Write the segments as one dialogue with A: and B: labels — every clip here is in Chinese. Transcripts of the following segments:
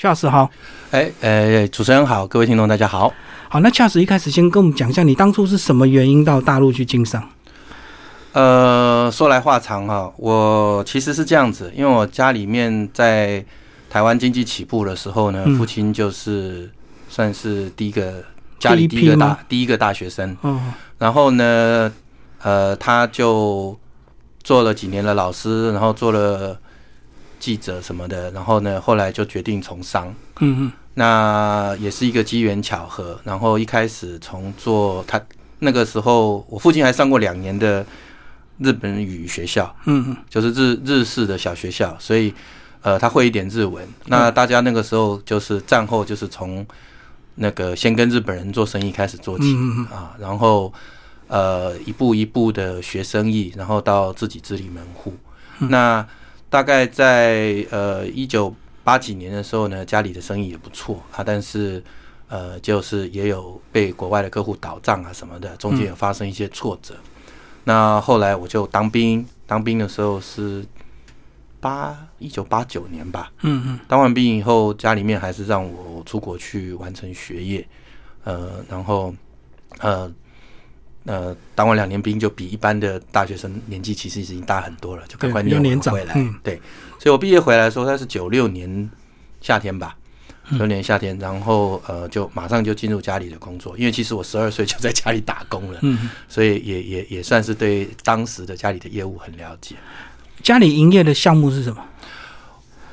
A: Charles 好，
B: 哎呃，主持人好，各位听众大家好。
A: 好，那 Charles 一开始先跟我们讲一下，你当初是什么原因到大陆去经商？
B: 呃，说来话长哈、我其实是这样子，因为我家里面在台湾经济起步的时候呢，
A: 嗯
B: 父亲就是算是第一个家里
A: 第
B: 第
A: 一
B: 一个
A: 批吗
B: 大第一个大学生，
A: 哦，
B: 然后呢，呃，他就做了几年的老师，然后做了记者什么的，然后呢，后来就决定从商。
A: 嗯嗯
B: 那也是一个机缘巧合。然后一开始从做他那个时候，我父亲还上过两年的日本语学校，
A: 嗯嗯，
B: 就是日日式的小学校，所以呃，他会一点日文。
A: 嗯
B: 那大家那个时候就是战后就是从那个先跟日本人做生意开始做起、
A: 嗯嗯
B: 啊，然后呃一步一步的学生意，然后到自己自立门户。
A: 嗯
B: 那大概在呃一九八几年的时候呢，家里的生意也不错啊，但是呃就是也有被国外的客户倒账啊什么的，
A: 嗯
B: 中间也发生一些挫折。那后来我就当兵，当兵的时候是八一九八九年吧，
A: 嗯嗯
B: 当完兵以后，家里面还是让我出国去完成学业，呃，然后呃呃，当完两年兵就比一般的大学生年纪其实已经大很多了，就赶快
A: 对比较
B: 念
A: 年
B: 完
A: 长
B: 回来。
A: 嗯
B: 对，所以我毕业回来的时候，他是九六年夏天吧。
A: 嗯
B: 九年夏天，然后呃，就马上就进入家里的工作，因为其实我十二岁就在家里打工了，
A: 嗯，
B: 所以也也也算是对当时的家里的业务很了解。
A: 家里营业的项目是什么？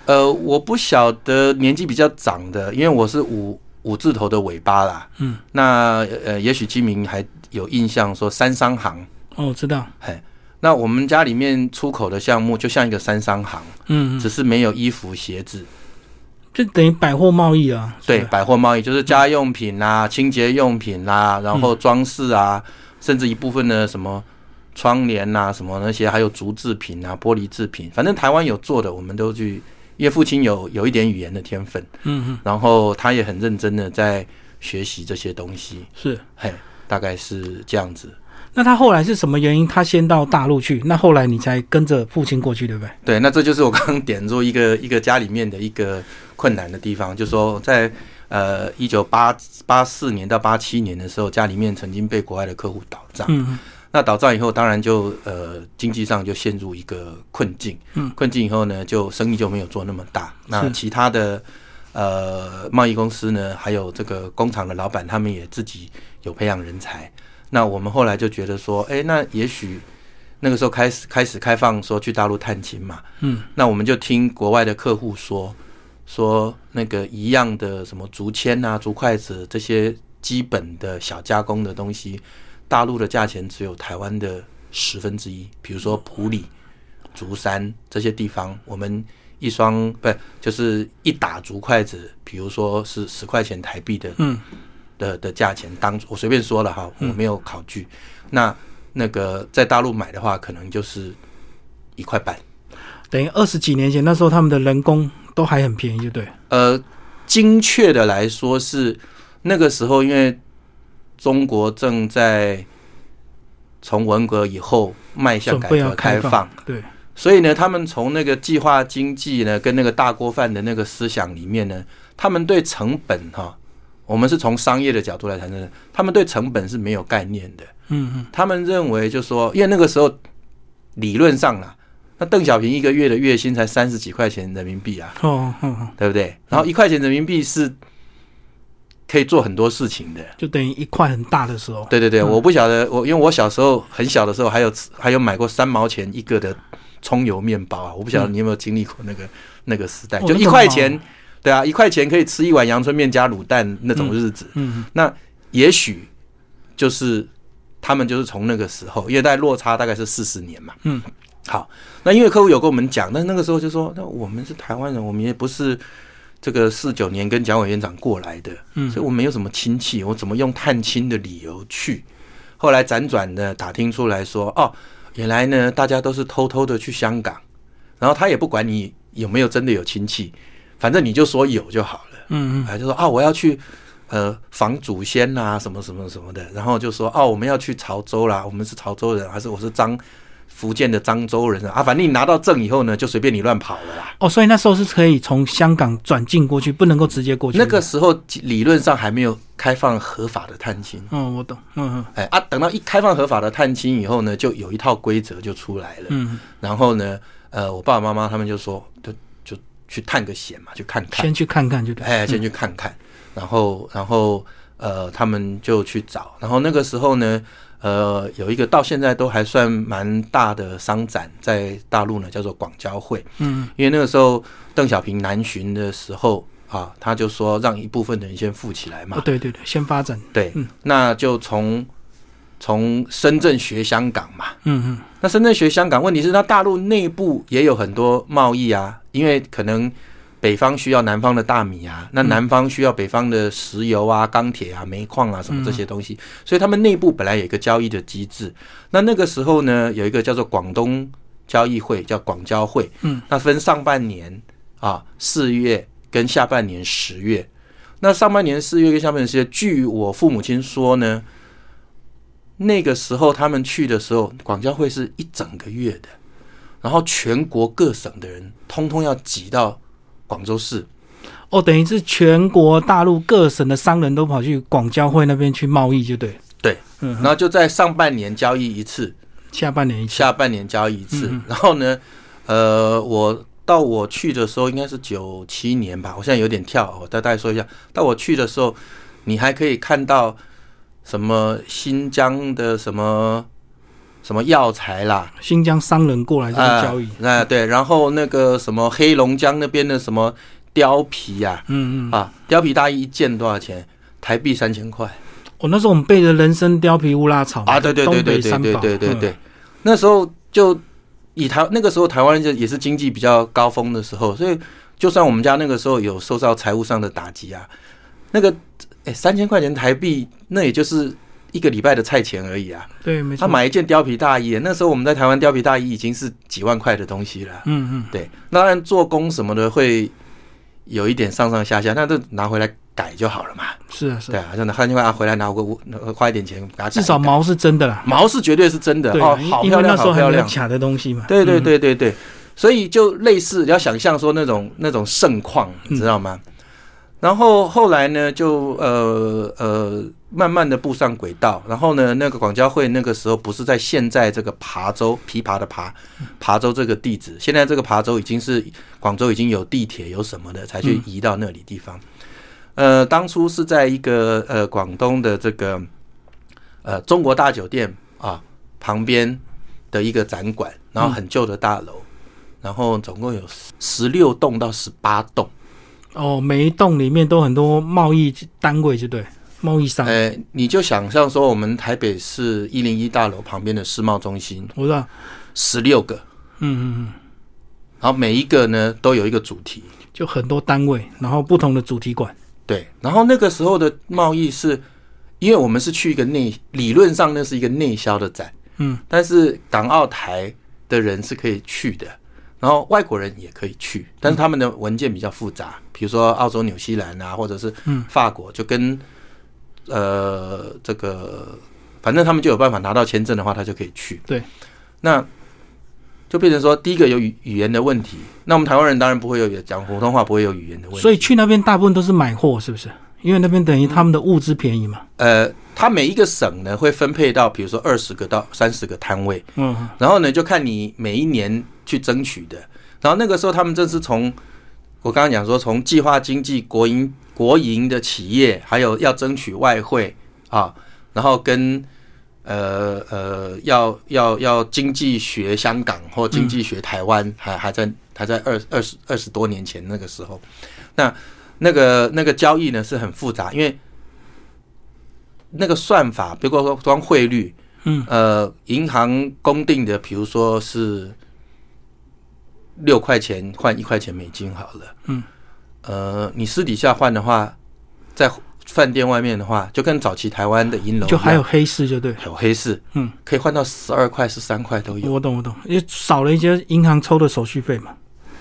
B: 呃，我不晓得年纪比较长的，因为我是五五字头的尾巴啦。
A: 嗯，
B: 那呃，也许居民还有印象说三商行，
A: 哦，我知道，
B: 嘿，那我们家里面出口的项目就像一个三商行，
A: 嗯，嗯
B: 只是没有衣服、鞋子，
A: 就等于百货贸易啊，是嗯
B: 对，
A: 吧，
B: 百货贸易就是家用品啦、清洁用品啦，然后装饰啊，甚至一部分的什么窗帘啦、什么那些，还有竹制品啊、玻璃制品，反正台湾有做的，我们都去。因为父亲有有一点语言的天分，
A: 嗯嗯
B: 然后他也很认真的在学习这些东西，
A: 是。
B: 嘿，大概是这样子。
A: 那他后来是什么原因？他先到大陆去，那后来你才跟着父亲过去，对不对？
B: 对，那这就是我刚刚点入一个一个家里面的一个困难的地方，就说在呃一九八八四年到八七年的时候，家里面曾经被国外的客户倒账，
A: 嗯嗯
B: 那倒账以后，当然就呃经济上就陷入一个困境，
A: 嗯
B: 困境以后呢，就生意就没有做那么大。那
A: 是
B: 其他的呃贸易公司呢，还有这个工厂的老板，他们也自己有培养人才。那我们后来就觉得说，哎，那也许那个时候开始开始开放说去大陆探亲嘛，
A: 嗯，
B: 那我们就听国外的客户说说那个一样的什么竹签啊、竹筷子这些基本的小加工的东西，大陆的价钱只有台湾的十分之一。比如说普里、竹山这些地方，我们一双不就是一打竹筷子，比如说是十块钱台币的，
A: 嗯，
B: 的的价钱，当我随便说了哈，我没有考据。那那个在大陆买的话，可能就是一块半。
A: 等于二十几年前，那时候他们的人工都还很便宜，就对了。
B: 呃，精确的来说是那个时候，因为中国正在从文革以后迈向
A: 准
B: 改
A: 备
B: 革
A: 要
B: 开
A: 开
B: 放，，
A: 对，
B: 所以呢，他们从那个计划经济呢，跟那个大锅饭的那个思想里面呢，他们对成本哈、我们是从商业的角度来谈论的，他们对成本是没有概念的。
A: 嗯嗯，
B: 他们认为就说，因为那个时候理论上啦，那邓小平一个月的月薪才三十几块钱人民币啊，
A: 哦哦哦，
B: 对不对？然后一块钱人民币是可以做很多事情的。
A: 就等于一块很大的时候，
B: 对对对，
A: 嗯
B: 我不晓得，我因为我小时候很小的时候，还有吃还有买过三毛钱一个的葱油面包啊，我不晓得你有没有经历过那个、那个时代，
A: 嗯哦
B: 就
A: 那
B: 一
A: 个
B: 块
A: 很好
B: 钱，对啊，一块钱可以吃一碗阳春面加卤蛋那种日子。
A: 嗯
B: 那也许就是他们就是从那个时候，因为大概落差大概是四十年嘛。
A: 嗯，
B: 好，那因为客户有跟我们讲，但那个时候就说，那我们是台湾人，我们也不是这个四九年跟蒋委员长过来的，
A: 嗯
B: 所以我没有什么亲戚，我怎么用探亲的理由去？后来辗转的打听出来说，哦，原来呢大家都是偷偷的去香港，然后他也不管你有没有真的有亲戚，反正你就说有就好了。
A: 嗯嗯，
B: 啊，就说啊，我要去呃访祖先啊啦、什么什么什么的，然后就说哦、我们要去潮州啦，我们是潮州人，还是我是张福建的漳州人啊，啊反正你拿到证以后呢，就随便你乱跑了啦。
A: 哦，所以那时候是可以从香港转进过去，不能够直接过去。
B: 那个，时候理论上还没有开放合法的探亲，
A: 嗯，我懂，嗯
B: 哎啊，等到一开放合法的探亲以后呢，就有一套规则就出来了。
A: 嗯，
B: 然后呢，呃，我爸爸妈妈他们就说，就就去探个险嘛，去看看，
A: 先去看看就对。
B: 哎，先去看看，然后然后呃，他们就去找，然后那个时候呢，呃，有一个到现在都还算蛮大的商展在大陆呢，叫做广交会，
A: 嗯，
B: 因为那个时候邓小平南巡的时候啊，他就说让一部分的人先富起来嘛，
A: 哦，对对对，先发展。
B: 对，那就从从深圳学香港嘛，
A: 嗯嗯，
B: 那深圳学香港，问题是它大陆内部也有很多贸易啊，因为可能北方需要南方的大米啊，那南方需要北方的石油啊、钢铁啊、煤矿啊什么这些东西，所以他们内部本来有一个交易的机制。那那个时候呢，有一个叫做广东交易会，叫广交会，
A: 嗯，
B: 那分上半年啊四月跟下半年十月。那上半年四月跟下半年十月，据我父母亲说呢，那个时候他们去的时候，广交会是一整个月的，然后全国各省的人通通要挤到广州市。
A: 哦，等于是全国大陆各省的商人都跑去广交会那边去贸易，就对。
B: 对，
A: 嗯
B: 然后就在上半年交易一次，
A: 下半年一起。
B: 下半年交易一次。然后呢，呃，我到我去的时候应该是九七年吧，我现在有点跳，我再大概说一下。到我去的时候，你还可以看到什么新疆的什么什么药材啦，
A: 新疆商人过来这边交易。
B: 啊、哎对，然后那个什么黑龙江那边的什么貂皮呀、
A: 嗯嗯，
B: 啊，貂皮大衣一件多少钱？台币三千块
A: 我、哦那时候我们背着人参、貂皮、乌拉草嘛
B: 啊！对对对对对对对对，
A: 嗯
B: 对，嗯那时候就以台那个时候台湾就也是经济比较高峰的时候，所以就算我们家那个时候有受到财务上的打击啊，那个哎三千块钱台币，那也就是一个礼拜的菜钱而已啊。
A: 东北三宝嗯对没
B: 他
A: 错。
B: 买一件貂皮大衣，那时候我们在台湾貂皮大衣已经是几万块的东西了啊。
A: 嗯嗯，
B: 对，当然做工什么的会有一点上上下下，那就拿回来改就好了嘛。
A: 是啊是
B: 对
A: 啊，
B: 啊，真的，他另外拿回来拿个花一点钱给他改一改
A: 至少毛是真的啦。
B: 毛是绝对是真的
A: 对
B: 哦，
A: 因
B: 好
A: 因
B: 漂
A: 为那
B: 亮，
A: 时候
B: 好
A: 还
B: 漂
A: 没有
B: 亮。
A: 卡的东西嘛。
B: 对对对对对，所以就类似你要想象说那种那种盛况，你知道吗？然后后来呢，就呃呃，慢慢的步上轨道。然后呢，那个广交会那个时候不是在现在这个琶洲琵琶的琶，琶洲这个地址，现在这个琶洲已经是广州已经有地铁有什么的，才去移到那里地方。呃，当初是在一个呃广东的这个呃中国大酒店啊旁边的一个展馆，然后很旧的大楼，然后总共有十六栋到十八栋，
A: 哦，每一栋里面都很多贸易单位，就对，贸易商。
B: 呃，你就想象说我们台北市一零一大楼旁边的世贸中心
A: 我知道，
B: 十六个，
A: 嗯嗯
B: 然后每一个呢都有一个主题，
A: 嗯，就很多单位，然后不同的主题馆。
B: 对，然后那个时候的贸易是，因为我们是去一个内，理论上那是一个内销的展，
A: 嗯，
B: 但是港澳台的人是可以去的，然后外国人也可以去，但是他们的文件比较复杂，比如说澳洲、纽西兰啊，或者是
A: 嗯
B: 法国，就跟呃这个，反正他们就有办法拿到签证的话，他就可以去。
A: 对，
B: 那就变成说，第一个有语语言的问题，那我们台湾人当然不会有语言讲普通话，不会有语言的问题，
A: 所以去那边大部分都是买货，是不是？因为那边等
B: 嗯
A: 于他们的物资便宜嘛。
B: 呃，它每一个省呢会分配到，比如说二十个到三十个摊位，
A: 嗯，嗯
B: 然后呢就看你每一年去争取的。然后那个时候他们正是从我刚刚讲说，从计划经济、国营国营的企业，还有要争取外汇啊，然后跟呃呃要要要经济学香港或经济学台
A: 嗯
B: 湾，还还在还在二二十二十多年前那个时候，那那个那个交易呢是很复杂，因为。那个算法，比如说光汇率，
A: 嗯，
B: 呃，银行公定的，比如说是六块钱换一块钱美金好了，
A: 嗯，
B: 呃，你私底下换的话，在饭店外面的话，就跟早期台湾的银楼
A: 就还
B: 一
A: 有
B: 样
A: 黑市，就对。
B: 还有黑市，
A: 嗯，
B: 可以换到十二块、十三块都有。
A: 我懂，我懂，也少了一些银行抽的手续费嘛。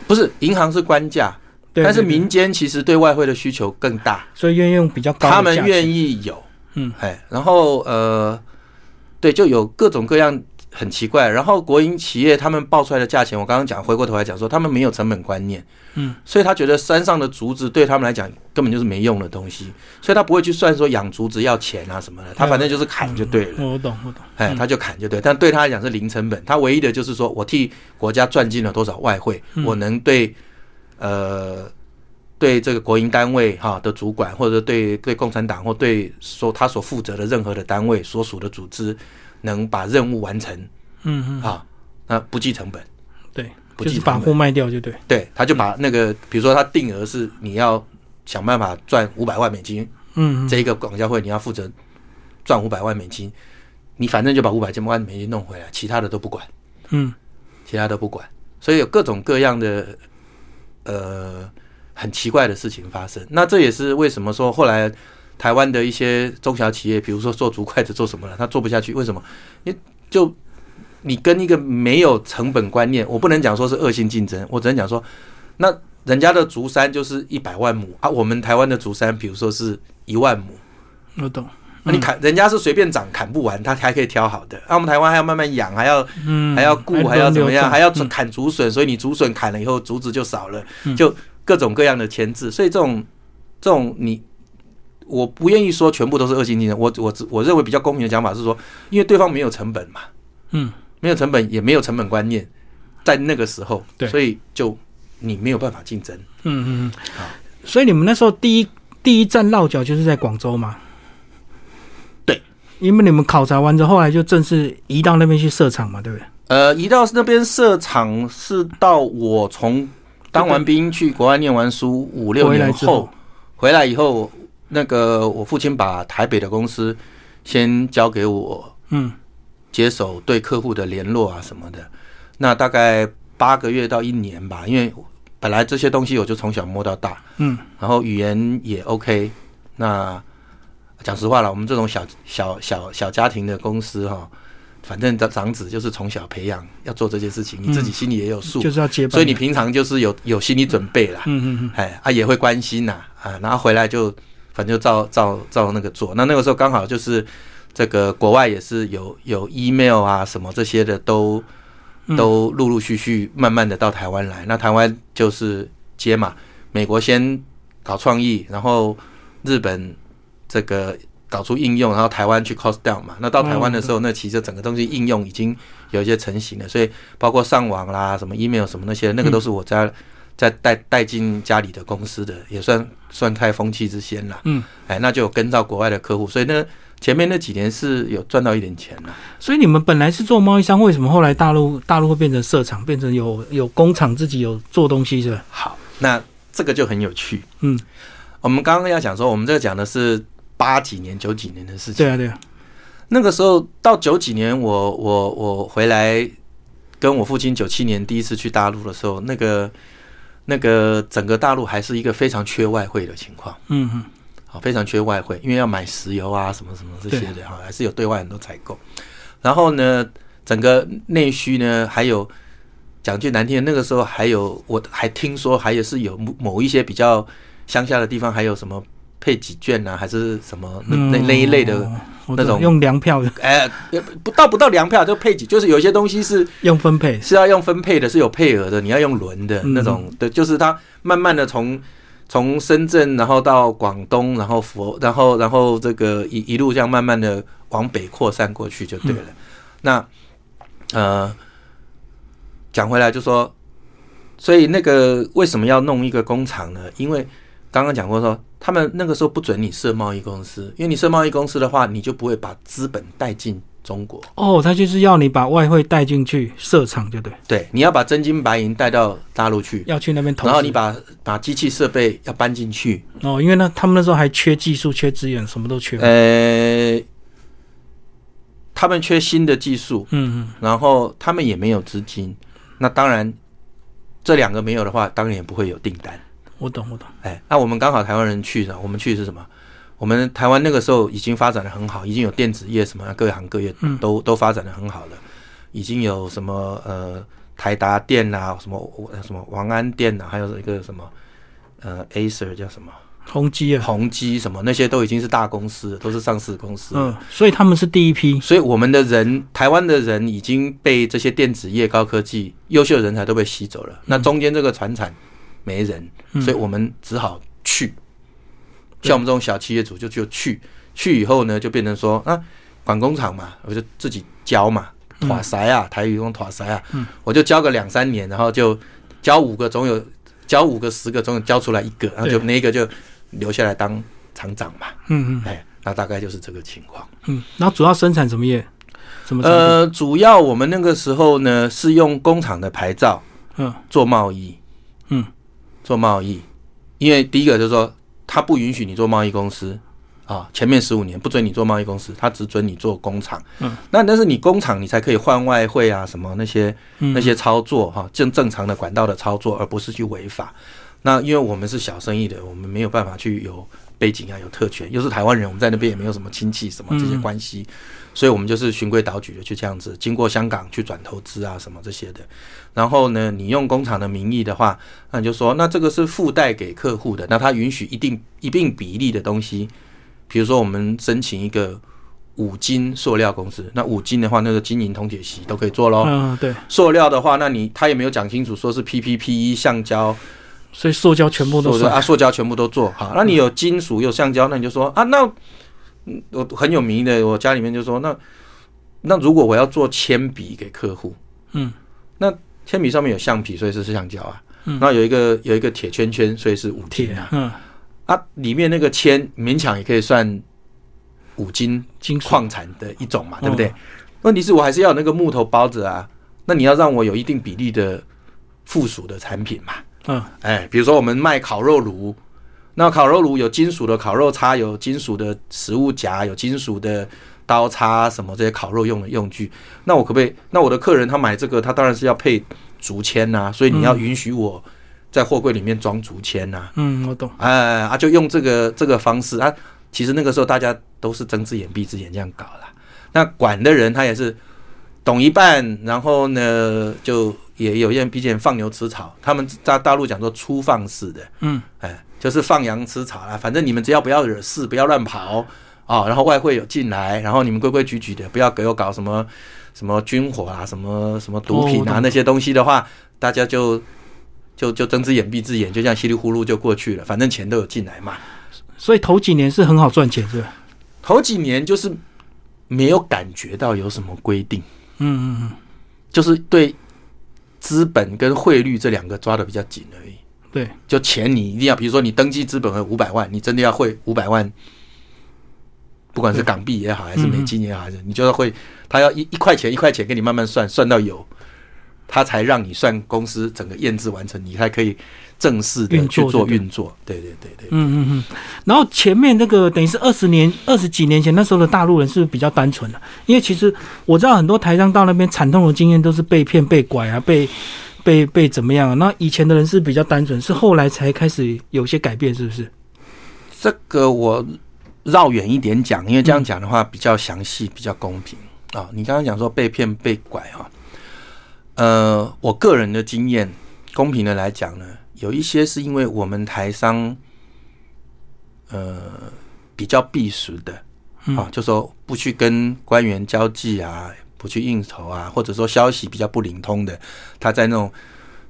B: 不是银行是官价，
A: 对，
B: 但是
A: 对对
B: 民间其实对外汇的需求更大。
A: 所以愿意用比较高的
B: 他们
A: 价钱
B: 愿意有，
A: 嗯，
B: 哎，然后呃，对，就有各种各样很奇怪。然后国营企业他们报出来的价钱，我刚刚讲，回过头来讲说，他们没有成本观念，
A: 嗯，
B: 所以他觉得山上的竹子对他们来讲根本就是没用的东西，所以他不会去算说养竹子要钱啊什么的，他反正就是砍就对了。
A: 我懂，我懂。
B: 哎，他就砍就对，但对他来讲是零成本，他唯一的就是说我替国家赚进了多少外汇，
A: 嗯
B: 我能对呃对这个国营单位哈的主管，或者对对共产党或对所他所负责的任何的单位所属的组织，能把任务完成
A: 嗯嗯，
B: 啊，那不计成本，
A: 对，
B: 不
A: 就
B: 计
A: 是把
B: 成
A: 货
B: 本，
A: 卖掉就对。
B: 对，他就把那个比如说他定额是你要想办法赚五百万美金，
A: 嗯，嗯
B: 这一个广交会你要负责赚五百万美金，你反正就把五百万美金弄回来，其他的都不管。
A: 嗯
B: 其他都不管，所以有各种各样的呃很奇怪的事情发生。那这也是为什么说后来台湾的一些中小企业，比如说做竹筷子做什么了，他做不下去，为什么？你就你跟一个没有成本观念，我不能讲说是恶性竞争，我只能讲说，那人家的竹山就是一百万亩啊，我们台湾的竹山，比如说是一万亩，啊
A: 我懂。
B: 那你砍人家是随便长砍不完，他还可以挑好的，那、我们台湾还要慢慢养，还要
A: 嗯，
B: 还要顾，还要怎么样，还
A: 还
B: 要
A: 轮流种嗯
B: 砍竹笋，所以你竹笋砍了以后，竹子就少了
A: 嗯，
B: 就各种各样的牵制。所以这种这种你，我不愿意说全部都是恶性竞争。我我只我认为比较公平的讲法是说，因为对方没有成本嘛，
A: 嗯，
B: 没有成本也没有成本观念，在那个时候
A: 对，
B: 所以就你没有办法竞争。
A: 嗯嗯
B: 好
A: 嗯。所以你们那时候第一第一站落脚就是在广州嘛？
B: 对，
A: 因为你们考察完之后，后来就正式移到那边去设厂嘛，对不对？
B: 呃，移到那边设厂是到我从当完兵去国外念完书五六
A: 回来
B: 年
A: 之
B: 后
A: 后，
B: 回来以后，那个我父亲把台北的公司先交给我
A: 嗯
B: 接手对客户的联络啊什么的。那大概八个月到一年吧，因为本来这些东西我就从小摸到大，
A: 嗯
B: 然后语言也 OK。那讲实话了，我们这种小小小小家庭的公司哈、反正长长子就是从小培养要做这件事情，你自己心里也有数，
A: 就是要接班，
B: 所以你平常就是有有心理准备啦，
A: 嗯嗯
B: 哎啊也会关心呐啊然后回来就反正就照照照那个做。那那个时候刚好就是这个国外也是有有 email 啊什么这些的都
A: 嗯，
B: 都陆陆续续慢慢的到台湾来。那台湾就是接嘛，美国先搞创意，然后日本这个搞出应用，然后台湾去 cost down 嘛。那到台湾的时候，那其实整个东西应用已经有一些成型了，所以包括上网啦、什么 email 什么那些，那个都是我在。在带带进家里的公司的，也算算开风气之先啦。
A: 嗯，
B: 哎，那就有跟到国外的客户，所以呢，前面那几年是有赚到一点钱啦。
A: 所以你们本来是做贸易商，为什么后来大陆大陆会变成设厂，变成有有工厂自己有做东西是吧？
B: 好，那这个就很有趣。
A: 嗯，
B: 我们刚刚要讲说，我们这个讲的是八几年、九几年的事情。
A: 对啊对啊，
B: 那个时候到九几年我，我我回来跟我父亲九七年第一次去大陆的时候，那个那个整个大陆还是一个非常缺外汇的情况
A: 嗯嗯
B: 啊，非常缺外汇，因为要买石油啊什么什么这些的哈，还是有对外很多采购。然后呢，整个内需呢，还有讲句难听的，那个时候还有我还听说，还有是有某某一些比较乡下的地方，还有什么配几券啊，还是什么那那那一类的，
A: 嗯哦我懂
B: 那种
A: 用粮票 的，
B: 哎、不到不到粮票就配几，就是有一些东西是
A: 用分配的，
B: 是要用分配的，是有配额的，你要用轮的
A: 嗯
B: 那种对，就是它慢慢的从从深圳，然后到广东，然后佛，然后然后这个一一路这样慢慢的往北扩散过去就对了。那呃，讲回来就说，所以那个为什么要弄一个工厂呢？因为刚刚讲过说，他们那个时候不准你设贸易公司，因为你设贸易公司的话，你就不会把资本带进中国。
A: 哦，他就是要你把外汇带进去设厂，就对，
B: 对，你要把真金白银带到大陆去，
A: 要去那边投资。
B: 然后你把把机器设备要搬进去，
A: 哦，因为那他们那时候还缺技术、缺资源，什么都缺。
B: 呃，他们缺新的技术，
A: 嗯嗯，
B: 然后他们也没有资金，那当然这两个没有的话，当然也不会有订单。
A: 我懂，我懂。
B: 哎，那我们刚好台湾人去的，我们去的是什么？我们台湾那个时候已经发展的很好，已经有电子业什么各行各业
A: 嗯
B: 都、都发展的很好了，已经有什么呃台达电啊，什么呃什么王安电啊，还有一个什么呃 Acer 叫什么
A: 宏基啊，
B: 宏基什么那些都已经是大公司了，都是上市公司了。
A: 嗯，所以他们是第一批，
B: 所以我们的人，台湾的人已经被这些电子业、高科技优秀的人才都被吸走了。那中间这个传产没人，
A: 嗯
B: 所以我们只好去。像我们这种小企业主就就去，去以后呢，就变成说啊，管工厂嘛，我就自己教嘛，耍塞啊，台语用耍塞啊，我就教个两三年，然后就教五个，总有教五个十个，总有教出来一个，然后就
A: 对
B: 那一个就留下来当厂长嘛，
A: 嗯嗯
B: 哎，那大概就是这个情况。
A: 嗯，然后主要生产什么业？什么产品？
B: 呃，主要我们那个时候呢是用工厂的牌照
A: 嗯
B: 做贸易，
A: 嗯，
B: 做贸易，因为第一个就是说他不允许你做贸易公司啊，前面十五年不准你做贸易公司，他只准你做工厂。
A: 嗯，
B: 那但是你工厂你才可以换外汇啊，什么那些
A: 嗯
B: 那些操作哈，正、正常的管道的操作，而不是去违法。那因为我们是小生意的，我们没有办法去有背景啊，有特权，又是台湾人，我们在那边也没有什么亲戚什么这些
A: 嗯
B: 关系，所以我们就是循规蹈矩的去这样子，经过香港去转投资啊什么这些的。然后呢，你用工厂的名义的话，那你就说，那这个是附带给客户的，那他允许一定一定比例的东西，比如说我们申请一个五金塑料公司，那五金的话，那个金银铜铁锡都可以做喽。
A: 嗯，对，
B: 塑料的话，那你他也没有讲清楚，说是 PPPE 橡胶，
A: 所以塑胶全部都
B: 塑
A: 是
B: 料啊，塑胶全部都做好。那你有金属有橡胶，那你就说啊，那嗯我很有名的，我家里面就说，那那如果我要做铅笔给客户，
A: 嗯，
B: 那铅笔上面有橡皮，所以是橡胶啊。那有一个有一个铁圈圈，所以是五
A: 铁
B: 金啊。，
A: 嗯，
B: 啊，里面那个铅勉强也可以算五金
A: 金属，
B: 矿产的一种嘛，对不对？问题是我还是要有那个木头包着啊，那你要让我有一定比例的附属的产品嘛。
A: 嗯，
B: 哎，比如说我们卖烤肉炉，那烤肉炉有金属的烤肉叉，有金属的食物夹，有金属的刀叉，什么这些烤肉用的用具。那我可不可以？那我的客人他买这个，他当然是要配竹签呐、所以你要允许我在货柜里面装竹签呐、
A: 嗯，我懂，
B: 哎啊，就用这个这个方式啊。其实那个时候大家都是睁只眼闭只眼这样搞啦。那管的人他也是懂一半，然后呢就也有一点毕竟放牛吃草，他们在大陆讲说粗放式的，
A: 嗯，
B: 哎，就是放羊吃草啦。反正你们只要不要惹事，不要乱跑啊、然后外汇有进来，然后你们规规矩矩的，不要给我搞什么什么军火啊，什么什么毒
A: 哦
B: 品
A: 我
B: 啊、
A: 懂
B: 那些东西的话，大家就就就睁只眼闭只眼，就这样稀里糊涂就过去了。反正钱都有进来嘛。
A: 所以头几年是很好赚钱，是吧？
B: 头几年就是没有感觉到有什么规定，
A: 嗯嗯
B: 就是对资本跟汇率这两个抓的比较紧而已。
A: 嗯，对，
B: 就钱你一定要，比如说你登记资本额五百万，你真的要汇五百万，不管是港币也好，还是美金也好，还是你就要汇，他要一一块钱一块钱给你慢慢算，算到有，他才让你算公司整个验资完成，你才可以正式的
A: 运
B: 去
A: 作
B: 做
A: 就对
B: 运作。对对对对，
A: 嗯嗯嗯。然后前面那个等于是二十年、二十几年前那时候的大陆人是不是比较单纯的、因为其实我知道很多台商到那边惨痛的经验都是被骗、被拐啊、被被被怎么样、啊。那以前的人是比较单纯，是后来才开始有些改变，是不是？
B: 这个我绕远一点讲，因为这样讲的话比较详细，比较公平啊。你刚刚讲说被骗被拐啊，呃，我个人的经验，公平的来讲呢，有一些是因为我们台商，呃，比较避俗的啊，就说不去跟官员交际啊，不去应酬啊，或者说消息比较不灵通的，他在那种。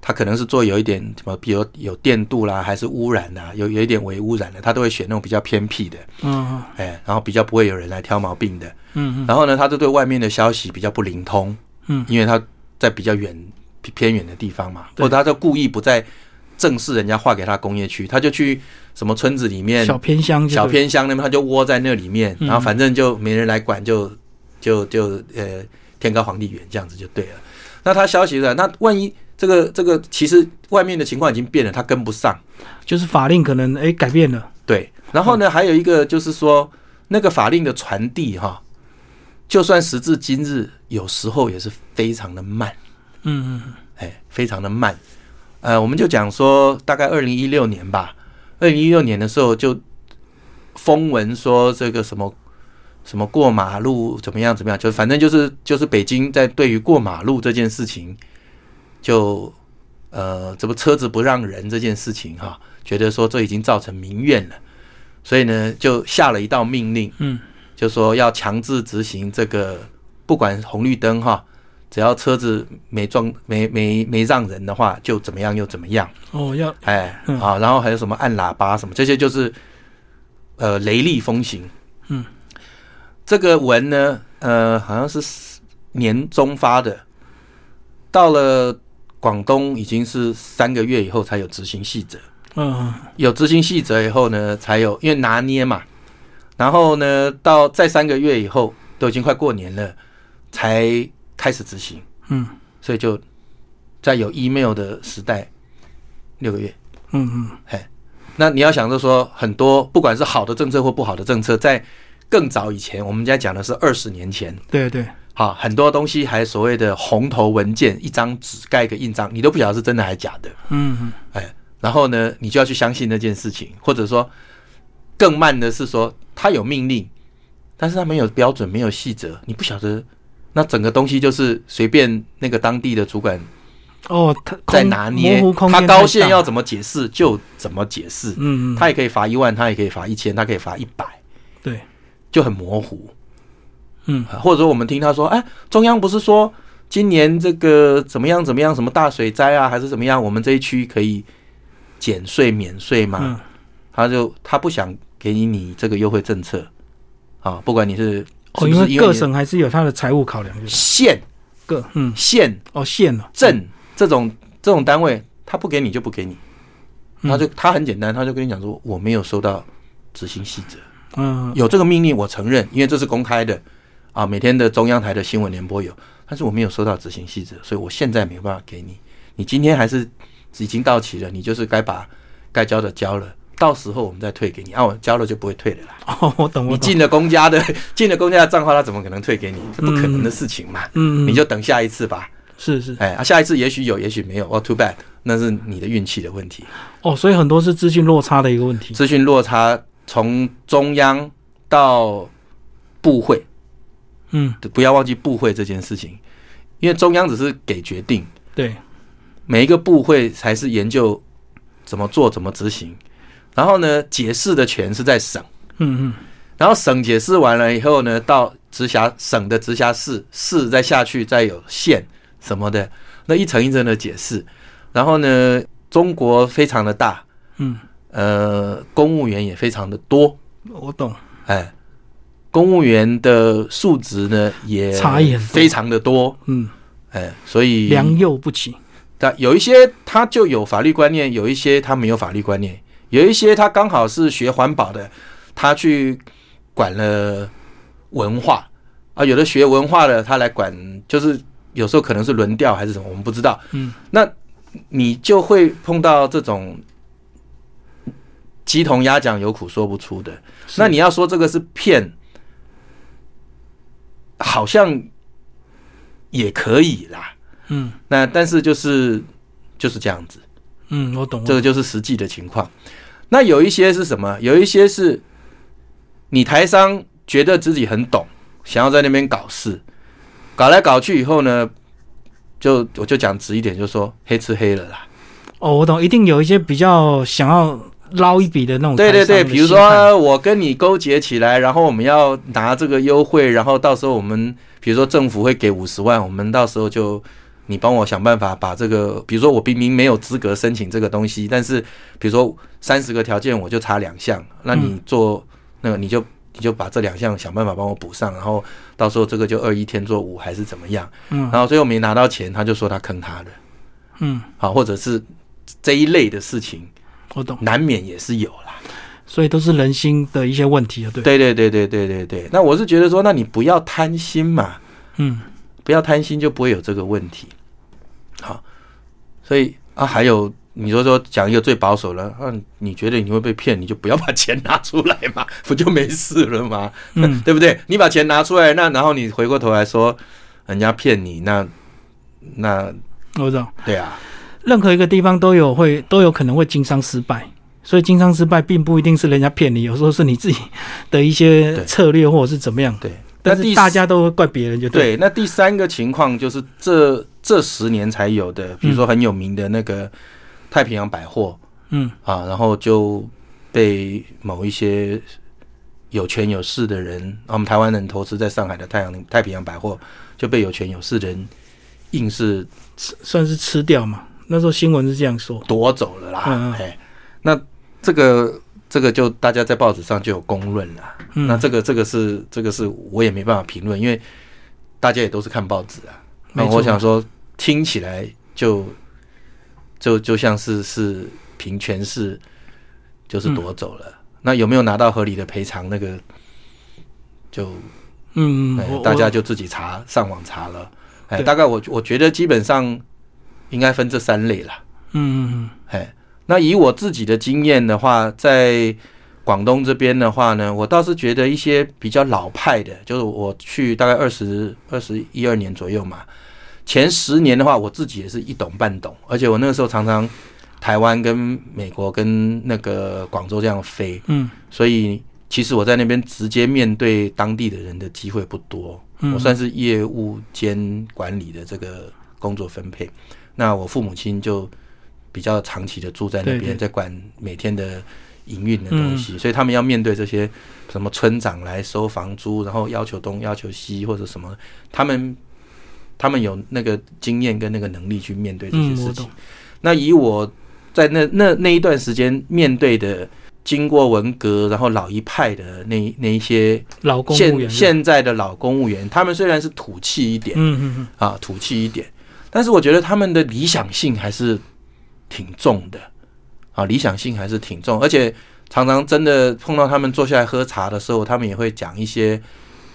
B: 他可能是做有一点什么，比如有电镀啦，还是污染啦，有有一点微污染的，他都会选那种比较偏僻的，
A: 嗯
B: 哎，然后比较不会有人来挑毛病的。
A: 嗯
B: 然后呢，他就对外面的消息比较不灵通，
A: 嗯，
B: 因为他在比较远偏偏远的地方嘛，
A: 对
B: 或者他就故意不在正式人家划给他工业区，他就去什么村子里
A: 嗯，
B: 面
A: 小偏乡就
B: 小
A: 对
B: 偏乡那边，他就窝在那里面，
A: 嗯
B: 然后反正就没人来管，就就就呃天高皇帝远这样子就对了。那他消息了，那万一这个这个其实外面的情况已经变了，他跟不上，
A: 就是法令可能哎、改变了，
B: 对。然后呢，还有一个就是说那个法令的传递哈，就算时至今日，有时候也是非常的慢。
A: 嗯嗯
B: 哎，非常的慢。呃，我们就讲说，大概二零一六年吧，二零一六年的时候就风闻说这个什么什么过马路怎么样怎么样，就反正就是就是北京在对于过马路这件事情，就呃，这不车子不让人这件事情哈、觉得说这已经造成民怨了，所以呢就下了一道命令，
A: 嗯，
B: 就说要强制执行这个，不管红绿灯哈，只要车子没撞没没没让人的话，就怎么样又怎么样。
A: 哦，要
B: 哎，
A: 嗯
B: 好，然后还有什么按喇叭什么，这些就是呃雷厉风行。
A: 嗯，
B: 这个文呢，呃，好像是年中发的，到了广东已经是三个月以后才有执行细则，
A: 嗯
B: 有执行细则以后呢，才有因为拿捏嘛，然后呢，到再三个月以后，都已经快过年了，才开始执行，
A: 嗯
B: 所以就在有 email 的时代，六个月。
A: 嗯嗯
B: 那你要想着说，很多不管是好的政策或不好的政策，在更早以前，我们在讲的是二十年前，
A: 对对，
B: 好，很多东西还所谓的红头文件，一张纸盖个印章，你都不晓得是真的还是假的，
A: 嗯嗯
B: 哎，然后呢，你就要去相信那件事情，或者说更慢的是说，他有命令，但是他没有标准，没有细则，你不晓得，那整个东西就是随便那个当地的主管
A: 哦，他
B: 在
A: 空
B: 拿捏
A: 模糊，空
B: 他
A: 间
B: 高
A: 太
B: 兴
A: 大
B: 要怎么解释就怎么解释，
A: 嗯嗯，
B: 他也可以罚一万，他也可以罚一千，他可以罚一百，
A: 对，
B: 就很模糊。
A: 嗯
B: 啊或者说我们听他说，哎，中央不是说今年这个怎么样怎么样，什么大水灾啊，还是怎么样，我们这一区可以减税免税嘛？
A: 嗯
B: 他就他不想给你你这个优惠政策啊，不管你是
A: 哦，
B: 是不
A: 因
B: 是
A: 为
B: 因为
A: 各
B: 你的
A: 省还是有它的财务考量，就是
B: 县
A: 各嗯
B: 县
A: 哦县了
B: 镇这种这种单位，他不给你就不给你，
A: 嗯
B: 他就他很简单，他就跟你讲说我没有收到执行细则。
A: 嗯
B: 有这个命令，我承认，因为这是公开的啊，每天的中央台的新闻联播有，但是我没有收到执行细则，所以我现在没有办法给你。你今天还是已经到期了，你就是该把该交的交了，到时候我们再退给你。啊，我交了就不会退了啦。
A: 哦我懂
B: 你
A: 我懂
B: 进了公家的 进了公家的账号，他怎么可能退给你？这不可能的事情嘛。
A: 嗯嗯
B: 你就等下一次吧。
A: 是是
B: 哎，啊，下一次也许有，也许没有。哦，too bad，那是你的运气的问题。
A: 哦，所以很多是资讯落差的一个问题，
B: 资讯落差从中央到部会。
A: 嗯
B: 不要忘记部会这件事情，因为中央只是给决定，
A: 对
B: 每一个部会才是研究怎么做、怎么执行。然后呢，解释的权是在省，
A: 嗯嗯
B: 然后省解释完了以后呢，到直辖省的直辖市，市再下去，再有县什么的，那一层一层的解释。然后呢，中国非常的大，
A: 嗯
B: 呃，公务员也非常的多，
A: 我懂
B: 哎，公务员的数值呢也
A: 差异很多
B: 非常的多，
A: 嗯
B: 哎，所以
A: 良莠不齐
B: 但有一些他就有法律观念，有一些他没有法律观念，有一些他刚好是学环保的，他去管了文化啊，有的学文化的他来管，就是有时候可能是轮调还是什么，我们不知道。
A: 嗯
B: 那你就会碰到这种鸡同鸭讲，有苦说不出的。
A: 是
B: 那你要说这个是骗，好像也可以啦。
A: 嗯
B: 那但是就是就是这样子，
A: 嗯我懂我
B: 这个
A: 懂
B: 就是实际的情况。那有一些是什么？有一些是你台商觉得自己很懂，想要在那边搞事，搞来搞去以后呢，就我就讲直一点，就说黑吃黑了啦。
A: 哦我懂，一定有一些比较想要捞一笔的那种
B: 对对
A: 台
B: 对，
A: 商的
B: 比如
A: 心态
B: 说我跟你勾结起来，然后我们要拿这个优惠，然后到时候我们比如说政府会给五十万，我们到时候就你帮我想办法把这个，比如说我明明没有资格申请这个东西，但是比如说三十个条件我就差两项，那
A: 嗯
B: 你做那个你就你就把这两项想办法帮我补上，然后到时候这个就二一天做五还是怎么样，
A: 嗯
B: 然后最后没拿到钱，他就说他坑他的，
A: 嗯
B: 好，或者是这一类的事情
A: 我懂，
B: 难免也是有啦。
A: 所以都是人心的一些问题啊，对
B: 对对对对对对对。那我是觉得说，那你不要贪心嘛，
A: 嗯
B: 不要贪心就不会有这个问题。好，所以啊，还有你说说讲一个最保守的，嗯、你觉得你会被骗，你就不要把钱拿出来嘛， 不就没事了吗？
A: 嗯
B: 对不对？你把钱拿出来，那然后你回过头来说人家骗你，那那
A: 我懂。
B: 对啊，
A: 任何一个地方都有会都有可能会经商失败，所以经商失败并不一定是人家骗你，有时候是你自己的一些
B: 对
A: 策略或者是怎么样。
B: 对。
A: 但
B: 那第
A: 是大家都会怪别人，就对。
B: 对，那第三个情况就是这这十年才有
A: 嗯
B: 的，比如说很有名的那个太平洋百货，
A: 嗯
B: 啊，然后就被某一些有权有势的人，啊我们台湾人投资在上海的太阳太平洋百货，就被有权有势的人硬是
A: 吃算是吃掉嘛。那时候新闻是这样说，
B: 夺走了啦。
A: 嗯嗯
B: 哎，那这个这个就大家在报纸上就有公论啦。
A: 嗯
B: 那这个这个是这个是我也没办法评论，因为大家也都是看报纸啊。那
A: 没错
B: 我想说，听起来就就就像是是平权是
A: 嗯
B: 就是夺走了。那有没有拿到合理的赔偿？那个就、
A: 嗯，
B: 哎
A: 我
B: 大家
A: 我
B: 就自己查上网查了。哎，
A: 对
B: 大概我我觉得基本上应该分这三类啦。
A: 嗯嗯
B: 哎，那以我自己的经验的话，在广东这边的话呢，我倒是觉得一些比较老派的，就是我去大概二十二十一二年左右嘛，前十年的话，我自己也是一懂半懂，而且我那个时候常常台湾跟美国跟那个广州这样飞，
A: 嗯
B: 所以其实我在那边直接面对当地的人的机会不多。
A: 嗯，
B: 我算是业务兼管理的这个工作分配。那我父母亲就比较长期的住在那
A: 对对嗯
B: 边，在管每天的营运的东西，所以他们要面对这些什么村长来收房租，然后要求东要求西或者什么，他们他们有那个经验跟那个能力去面对这些
A: 嗯
B: 事
A: 我
B: 情
A: 懂。
B: 那以我在那那那一段时间面对的，经过文革，然后老一派的那那一些
A: 老公务员
B: 现
A: 是吧，
B: 现在的老公务员，他们虽然是土气一点、
A: 嗯嗯嗯，
B: 啊，土气一点，但是我觉得他们的理想性还是挺重的啊，理想性还是挺重，而且常常真的碰到他们坐下来喝茶的时候，他们也会讲一些，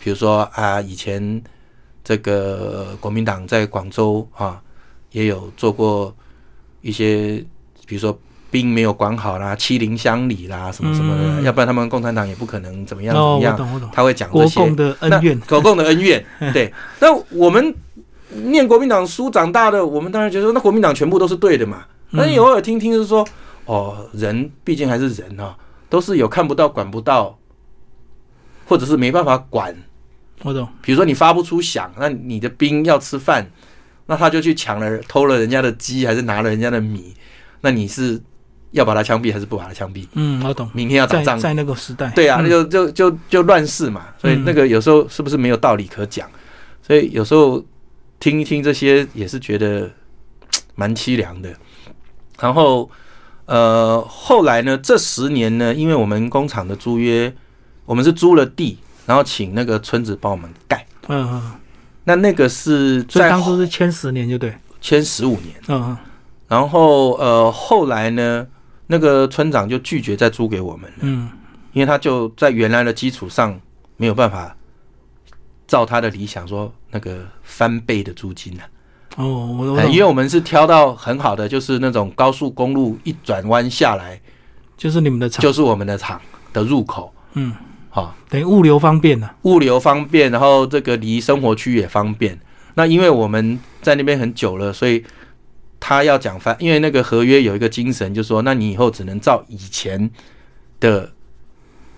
B: 比如说啊，以前这个呃国民党在广州啊也有做过一些，比如说。兵没有管好啦，欺凌乡里啦，什么什么的，
A: 嗯
B: 要不然他们共产党也不可能怎么样怎
A: 哦，
B: 么
A: 我
B: 样。
A: 懂我懂，
B: 他会讲这
A: 国
B: 些
A: 共的恩怨
B: 那，狗共的 恩怨。对，那我们念国民党书长大的，我们当然觉得说那国民党全部都是对的嘛。
A: 嗯
B: 但是偶尔听听是说，哦，人毕竟还是人啊，都是有看不到、管不到，或者是没办法管。
A: 我懂，
B: 比如说你发不出响，那你的兵要吃饭，那他就去抢了、偷了人家的鸡，还是拿了人家的米，那你是要把他枪毙还是不把他枪毙？
A: 嗯，我懂，
B: 明天要打
A: 在
B: 仗，
A: 在那个时代，
B: 对啊，
A: 嗯
B: 就就就就乱世嘛，所以那个有时候是不是没有道理可讲？所以有时候听一听这些也是觉得蛮凄凉的。然后呃，后来呢，这十年呢，因为我们工厂的租约，我们是租了地，然后请那个村子帮我们盖。
A: 嗯嗯，
B: 那那个是
A: 所以
B: 在
A: 当初是签十年就对，
B: 签十五年，
A: 嗯嗯
B: 然后呃后来呢，那个村长就拒绝再租给我们了。
A: 嗯
B: 因为他就在原来的基础上没有办法照他的理想说那个翻倍的租金啊，
A: 哦，我我
B: 哎
A: 懂
B: 因，为我们是挑到很好的，就是那种高速公路一转弯下来
A: 就是你们的厂，
B: 就是我们的厂的入口，
A: 嗯，
B: 哈、
A: 等于物流方便啊了，
B: 物流方便，然后这个离生活区也方便。那因为我们在那边很久了，所以他要讲翻，因为那个合约有一个精神，就是说，那你以后只能照以前的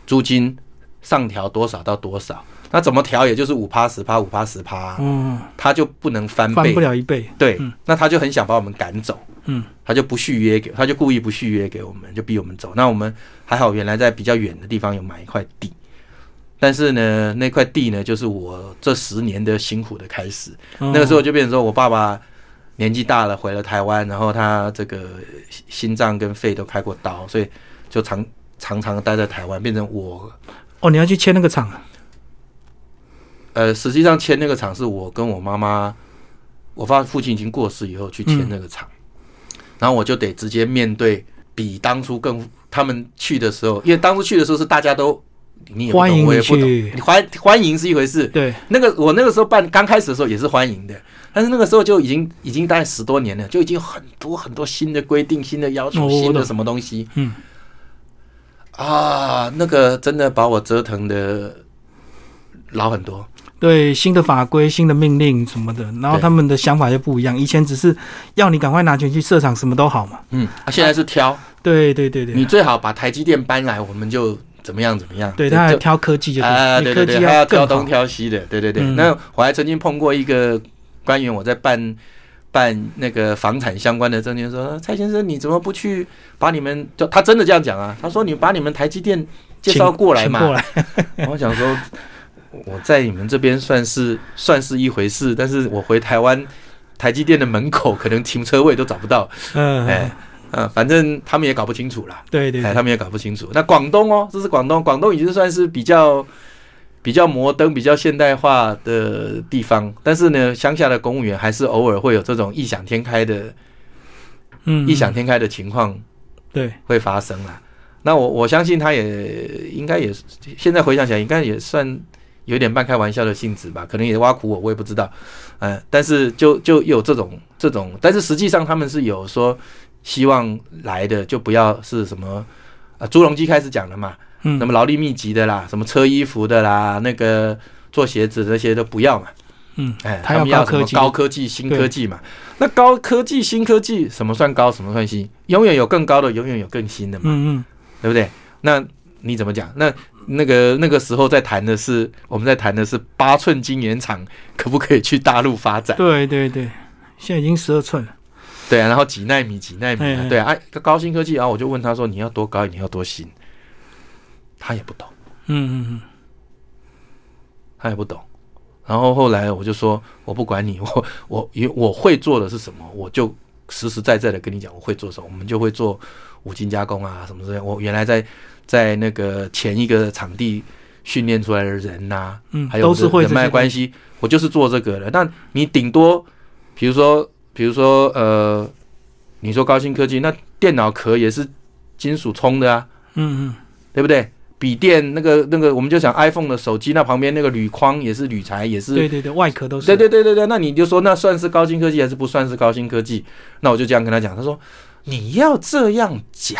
B: 租金上调多少到多少，那怎么调也就是五趴十趴五趴十趴，
A: 嗯，
B: 他就不能翻
A: 翻
B: 倍
A: 嗯不。了一倍，
B: 对
A: 嗯，
B: 那他就很想把我们赶走，
A: 嗯，
B: 他就不续约给，他就故意不续约给我们，就逼我们走。那我们还好，原来在比较远的地方有买一块地，但是呢，那块地呢，就是我这十年的辛苦的开始。
A: 那
B: 那个时候就变成说我爸爸年纪大了，回了台湾，然后他这个心心脏跟肺都开过刀，所以就常常常待在台湾，变成我
A: 哦，你要去签那个厂啊，
B: 呃，实际上签那个厂是我跟我妈妈，我爸父亲已经过世以后去签
A: 嗯
B: 那个厂，然后我就得直接面对比当初更他们去的时候，因为当初去的时候是大家都你也不
A: 欢迎
B: 懂，我也
A: 你
B: 不懂，
A: 去，
B: 欢欢迎是一回事，
A: 对，
B: 那个我那个时候办刚开始的时候也是欢迎的，但是那个时候就已经已经大概十多年了，就已经有很多很多新的规定、新的要
A: 哦
B: 求、
A: 我
B: 新
A: 懂
B: 的什么东西
A: 嗯，
B: 啊，那个真的把我折腾的老很多。
A: 对，新的法规、新的命令什么的，然后
B: 对
A: 他们的想法就不一样，以前只是要你赶快拿钱去设厂，什么都好嘛，
B: 嗯，啊、现在是挑、
A: 对对对对
B: 你，最好把台积电搬来，我们就怎么样怎么样。
A: 对，他还
B: 就
A: 挑科技就
B: 啊，
A: 对，你
B: 对对
A: 科
B: 对，
A: 技
B: 他要挑
A: 更
B: 东
A: 好，
B: 挑西的，对对对。
A: 嗯
B: 那我还曾经碰过一个官员，我在办办那个房产相关的证券说，蔡先生你怎么不去把你们就他真的这样讲啊？他说你把你们台积电介绍过来嘛
A: 请。过来，
B: 我想说，我在你们这边算是算是一回事，但是我回台湾台积电的门口可能停车位都找不到，
A: 嗯，
B: 哎，嗯，反正他们也搞不清楚啦，
A: 对对
B: 哎，
A: 对，
B: 他们也搞不清楚。那广东哦，这是广东，广东已经算是比较比较摩登、比较现代化的地方，但是呢，乡下的公务员还是偶尔会有这种异想天开的、
A: 嗯，
B: 异想天开的情况
A: 对，
B: 会发生啦。那我我相信他也应该也是现在回想起来，应该也算有点半开玩笑的性质吧，可能也挖苦我，我也不知道。呃，但是就就有这种这种，但是实际上他们是有说希望来的就不要是什么啊，朱镕基开始讲了嘛，
A: 嗯，
B: 那么劳力密集的啦，什么车衣服的啦，那个做鞋子的那些都不要嘛。
A: 嗯，
B: 哎，
A: 他
B: 他
A: 要
B: 们要
A: 高
B: 什
A: 科
B: 么
A: 技
B: 高科技、新科技嘛。那高科技、新科技，什么算高，什么算新？永远有更高的，永远有更新的嘛，
A: 嗯嗯，
B: 对不对？那你怎么讲？那那个那个时候在谈的是，我们在谈的是八寸晶圆厂可不可以去大陆发展？
A: 对对对，现在已经十二寸了，
B: 对啊，然后几纳米、几纳米
A: 哎
B: 啊、
A: 哎
B: 对啊，啊高新科技啊，我就问他说你要多高，你要多新，啊他也不懂。
A: 嗯嗯
B: 他也不懂。然后后来我就说，我不管你，我我因为我会做的是什么，我就实实在在的跟你讲我会做什么。我们就会做五金加工啊，什么之类的。我原来在在那个前一个场地训练出来的人呐、啊
A: 嗯
B: 还
A: 嗯，
B: 有
A: 都是会
B: 人
A: 这
B: 脉
A: 些
B: 关
A: 东西，
B: 系，我就是做这个的。那你顶多，比如说，比如说，呃，你说高新科技，那电脑壳也是金属冲的啊，
A: 嗯嗯，
B: 对不对？笔电那个那个，我们就想 iPhone 的手机，那旁边那个铝框也是铝材，也是
A: 对对对，外壳都是，
B: 对对对对对，那你就说那算是高新科技还是不算是高新科技？那我就这样跟他讲，他说你要这样讲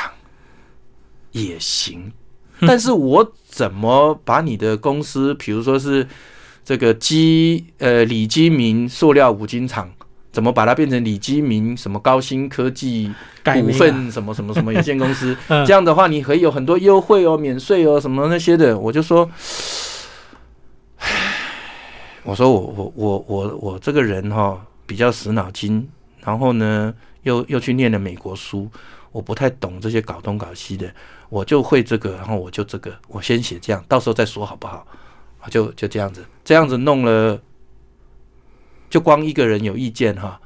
B: 也行，
A: 嗯
B: 但是我怎么把你的公司，比如说是这个基呃李基明塑料五金厂，怎么把它变成李基明什么高新科技
A: 改
B: 股
A: 名啊，
B: 份什么什 么什么有限公司？
A: 嗯
B: 这样的话，你可以有很多优惠哦，免税哦，什么那些的。我就说， 唉我说我我我我我这个人哈、比较死脑筋，然后呢又又去念了美国书，我不太懂这些搞东搞西的，我就会这个，然后我就这个，我先写这样，到时候再说好不好？啊就就这样子，这样子弄了，就光一个人有意见哈、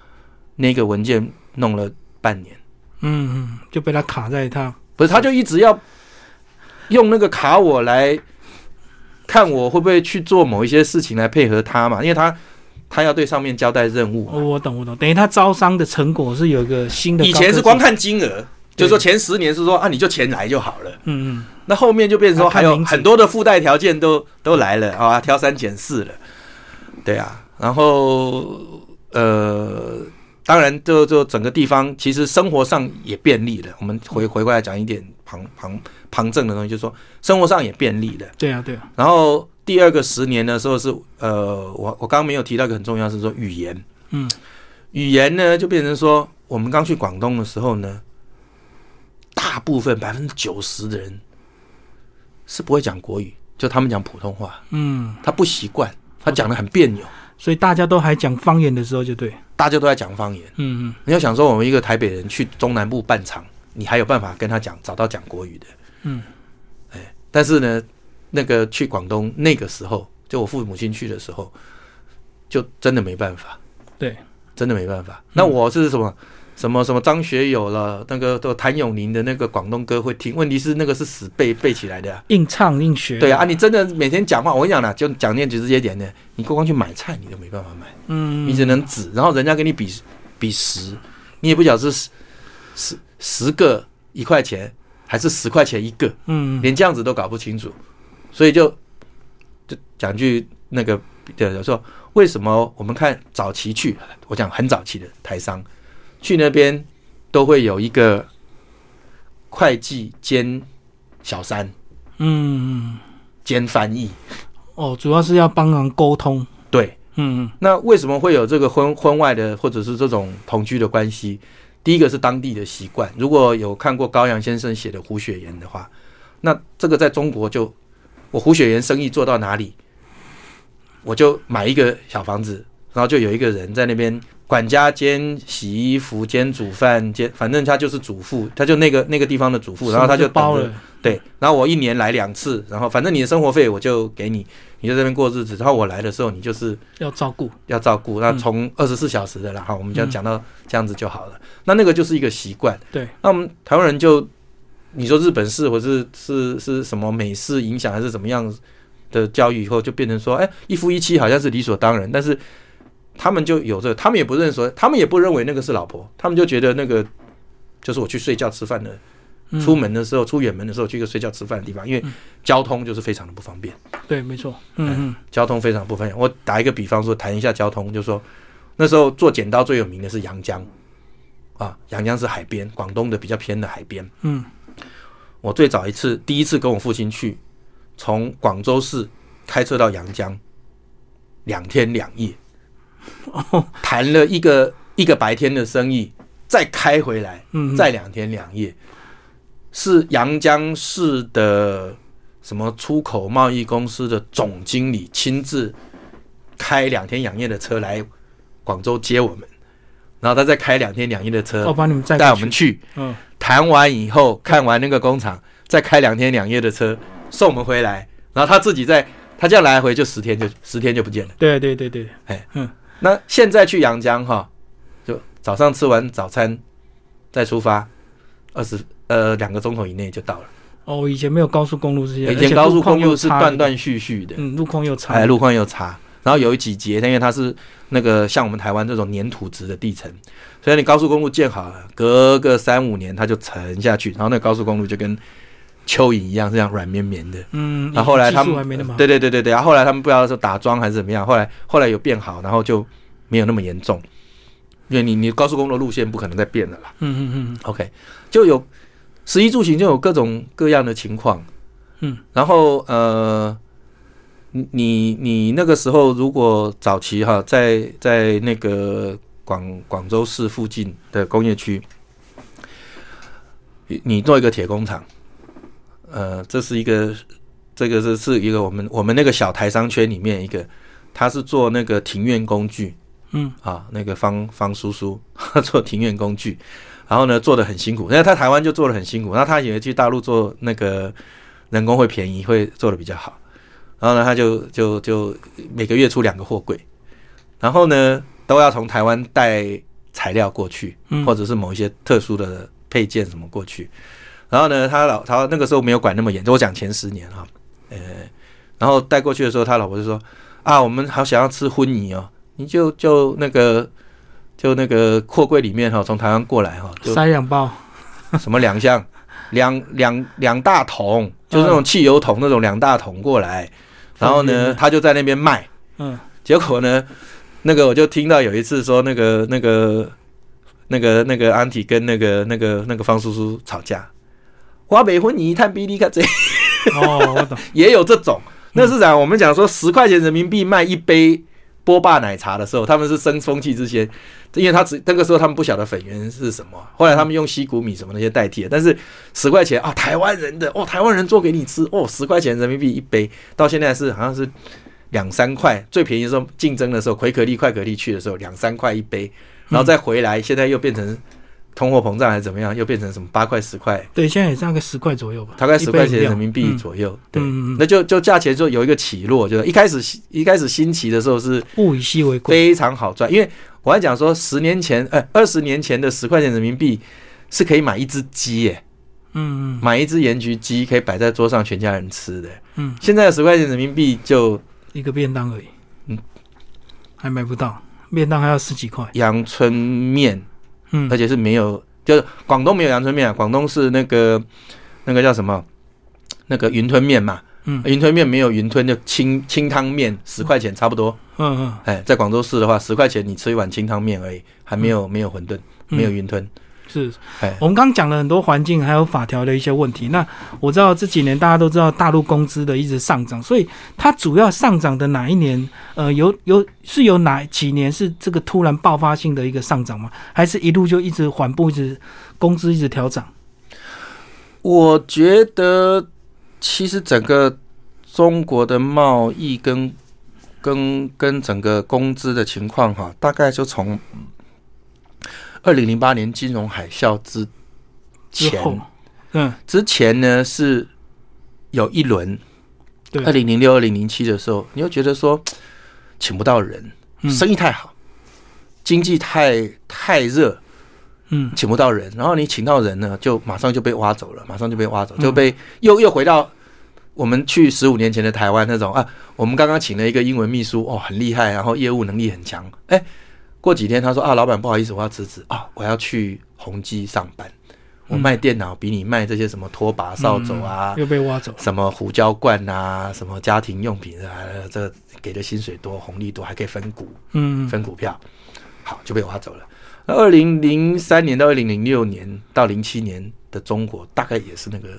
B: 那个文件弄了半年。
A: 嗯嗯，就被他卡在他，
B: 不是，他就一直要用那个卡我来看我会不会去做某一些事情来配合他嘛，因为他他要对上面交代任务嘛。
A: 哦，我懂我懂，等于他招商的成果是有一个新的，
B: 以前是光，看金额，就是说前十年是说啊你就钱来就好了，
A: 嗯
B: 那后面就变成说
A: 啊看
B: 还有
A: 名字
B: 很多的附带条件都都来了啊，挑三拣四了，对啊，然后呃。当然，就就整个地方其实生活上也便利了。我们回回过来讲一点旁旁旁证的东西，就是说生活上也便利了。
A: 嗯，对啊对啊，
B: 然后第二个十年的时候是呃，我我刚刚没有提到一个很重要的是说语言，
A: 嗯，
B: 语言呢就变成说，我们刚去广东的时候呢，大部分百分之九十的人是不会讲国语，就他们讲普通话，
A: 嗯，
B: 他不习惯，他讲的很别扭，
A: 所以大家都还讲方言的时候就对，
B: 大家都在讲方言。
A: 嗯嗯
B: 你要想说，我们一个台北人去中南部办厂，你还有办法跟他讲找到讲国语的，
A: 嗯，
B: 哎，但是呢，那个去广东那个时候，就我父母亲去的时候，就真的没办法，
A: 对，嗯
B: 真的没办法。那我是什么什么什么张学友了，那个都谭咏麟的那个广东歌会听，问题是那个是死背背起来的、啊。
A: 硬唱硬学，
B: 对啊，啊，，你真的每天讲话，我跟你讲了，就讲念直接一点的，你光光去买菜，你都没办法买。
A: 嗯，
B: 你只能指，然后人家跟你比比十，你也不晓得是十十十个一块钱还是十块钱一个，
A: 嗯，
B: 连这样子都搞不清楚，所以就就讲句那个的说，为什么我们看早期去，我讲很早期的台商去那边都会有一个会计兼小三
A: 嗯嗯，
B: 兼翻译，
A: 哦，主要是要帮忙沟通，
B: 对，
A: 嗯嗯
B: 那为什么会有这个婚婚外的或者是这种同居的关系？第一个是当地的习惯。如果有看过高阳先生写的《胡雪岩》的话，那这个在中国就我胡雪岩生意做到哪里，我就买一个小房子，然后就有一个人在那边管家兼洗衣服兼煮饭兼，反正他就是主妇，他就那个那个地方的主妇，然后他
A: 什么
B: 就
A: 就包
B: 等着
A: 了，
B: 对，然后我一年来两次，然后反正你的生活费我就给你，你在这边过日子，然后我来的时候你就是
A: 要照顾，
B: 要照顾，那
A: 嗯
B: 从二十四小时的啦，哈，我们就
A: 嗯
B: 讲到这样子就好了。那那个就是一个习惯，
A: 对，
B: 那我们台湾人就你说日本式或是是是什么美式影响还是怎么样的教育以后，就变成说，哎，一夫一妻好像是理所当然，但是他们就有这个，他们也不认说，他们也不认为那个是老婆，他们就觉得那个就是我去睡觉吃饭的，
A: 嗯
B: 出门的时候、出远门的时候去一个睡觉吃饭的地方，因为
A: 嗯
B: 交通就是非常的不方便。
A: 对，没
B: 哎
A: 错，嗯嗯，
B: 交通非常不方便。我打一个比方说，谈一下交通，就说那时候做剪刀最有名的是阳江，啊，阳江是海边，广东的比较偏的海边。
A: 嗯，
B: 我最早一次，第一次跟我父亲去，从广州市开车到阳江，两天两夜，
A: 哦，
B: 谈了一个一个白天的生意，再开回来，
A: 嗯，
B: 再两天两夜，是阳江市的什么出口贸易公司的总经理亲自开两天两夜的车来广州接我们，然后他再开两天两夜的
A: 我
B: 车
A: 把你们载
B: 呃带我
A: 过去
B: 们去
A: 嗯，
B: 谈完以后，看完那个工厂，再开两天两夜的车送我们回来，然后他自己再他这样来回就十天就十天就不见了。
A: 对对对对，
B: 那现在去阳江哈，就早上吃完早餐再出发，二十呃两个钟头以内就到了。
A: 哦，以前没有高速公路这些，
B: 以前高速公路是断
A: 断，
B: 断续续的，
A: 嗯，路况又差，
B: 哎，路况又差。然后有几节，因为它是那个像我们台湾这种粘土质的地层，所以你高速公路建好了，隔个三五年它就沉下去，然后那高速公路就跟蚯蚓一样，这样软绵绵的。
A: 嗯，
B: 然后后来他
A: 技术
B: 们
A: 还没那么好，
B: 对对对对对，然后后来他们不知道是打桩还是怎么样，后来后来有变好，然后就没有那么严重，因为你你高速公路路线不可能再变了啦。
A: 嗯嗯嗯
B: OK，就有十一住行就有各种各样的情况，
A: 嗯，
B: 然后呃，你你你那个时候如果早期哈，在在那个广广州市附近的工业区，你你做一个铁工厂，呃，这是一个这个是是一个我们我们那个小台商圈里面一个，他是做那个庭院工具，
A: 嗯
B: 啊，那个方方叔叔 做庭院工具，然后呢做的很辛苦，因为他台湾就做的很辛苦，那他以为去大陆做那个人工会便宜，会做的比较好，然后呢他就就就每个月出两个货柜，然后呢都要从台湾带材料过去，
A: 嗯，
B: 或者是某一些特殊的配件什么过去。然后呢，他老他那个时候没有管那么严，我讲前十年哈，呃，然后带过去的时候，他老婆就说啊，我们好想要吃荤泥哦，你就就那个就那个货柜里面哈、从台湾过来哈、就
A: 塞两包，
B: 什么两箱，两两两大桶，就是那种汽油桶那种两大桶过来，然后呢，他就在那边卖，
A: 嗯
B: 结果呢，那个我就听到有一次说那个那个那个那个安迪跟那个那个那个方叔叔吵架，花北婚你探比利卡这
A: 哦，我懂，
B: 也有这种。
A: 嗯
B: 那是讲我们讲说十块钱人民币卖一杯波霸奶茶的时候，他们是生风气之先，因为他只那个时候他们不晓得粉圆是什么，后来他们用西谷米什么那些代替了。但是十块钱啊，台湾人的哦，台湾人做给你吃哦，十块钱人民币一杯，到现在是好像是两三块，最便宜的时候竞争的时候，奎可利、快可利去的时候两三块一杯，然后再回来，现在又变成通货膨胀还是怎么样，又变成什么八块十块，
A: 对，现在也大概十块左右吧，
B: 大概
A: 一
B: 十
A: 杯
B: 块
A: 饮
B: 钱
A: 料
B: 人民币，左右，对。
A: 嗯嗯嗯，
B: 那就就价钱就有一个起落，就是一开始一开始兴起的时候是
A: 物以稀为贵，
B: 非常好赚，因为我还讲说十年前呃二十年前的十块钱人民币是可以买一只鸡耶，
A: 嗯嗯
B: 买一只盐焗鸡可以摆在桌上全家人吃的。
A: 嗯，
B: 现在的十块钱人民币就
A: 一个便当而已，
B: 嗯，
A: 还买不到，便当还要十几块，
B: 阳春面，
A: 嗯
B: 而且是没有，就是广东没有阳春面啊，广东是那个那个叫什么那个云吞面嘛，
A: 嗯嗯
B: 云吞面没有云吞就清清汤面，十块钱差不多。
A: 嗯
B: 哎，在广州市的话，十块钱你吃一碗清汤面而已，还没有、没有馄饨，
A: 嗯，
B: 没有云吞。
A: 是
B: 哎，
A: 我们刚讲了很多环境还有法条的一些问题。那我知道这几年大家都知道大陆工资的一直上涨，所以它主要上涨的哪一年？呃，有有是有哪几年是这个突然爆发性的一个上涨吗？还是一路就一直缓步，一直工资一直调涨？
B: 我觉得其实整个中国的贸易跟跟跟整个工资的情况哈，大概就从二零零八年金融海啸之
A: 之后
B: 前，
A: 嗯，
B: 之前呢是有一轮，
A: 对
B: 二零零六、二零零七的时候，你又觉得说请不到人，
A: 嗯
B: 生意太好，经济太太热，
A: 嗯，
B: 请不到人，然后你请到人呢，就马上就被挖走了，马上就被挖走，就被、又又回到我们去十五年前的台湾那种啊，我们刚刚请了一个英文秘书，哦，很厉害，然后业务能力很强，哎，过几天他说啊，老板不好意思，我要辞职啊，我要去宏基上班，我卖电脑比你卖这些什么拖把、扫帚啊。
A: 嗯又被挖走，
B: 什么胡椒罐啊，什么家庭用品啊，这个给的薪水多，红利多，还可以分股。
A: 嗯，
B: 分股票，好就被挖走了。那二零零三年到二零零六年到零七年的中国，大概也是那个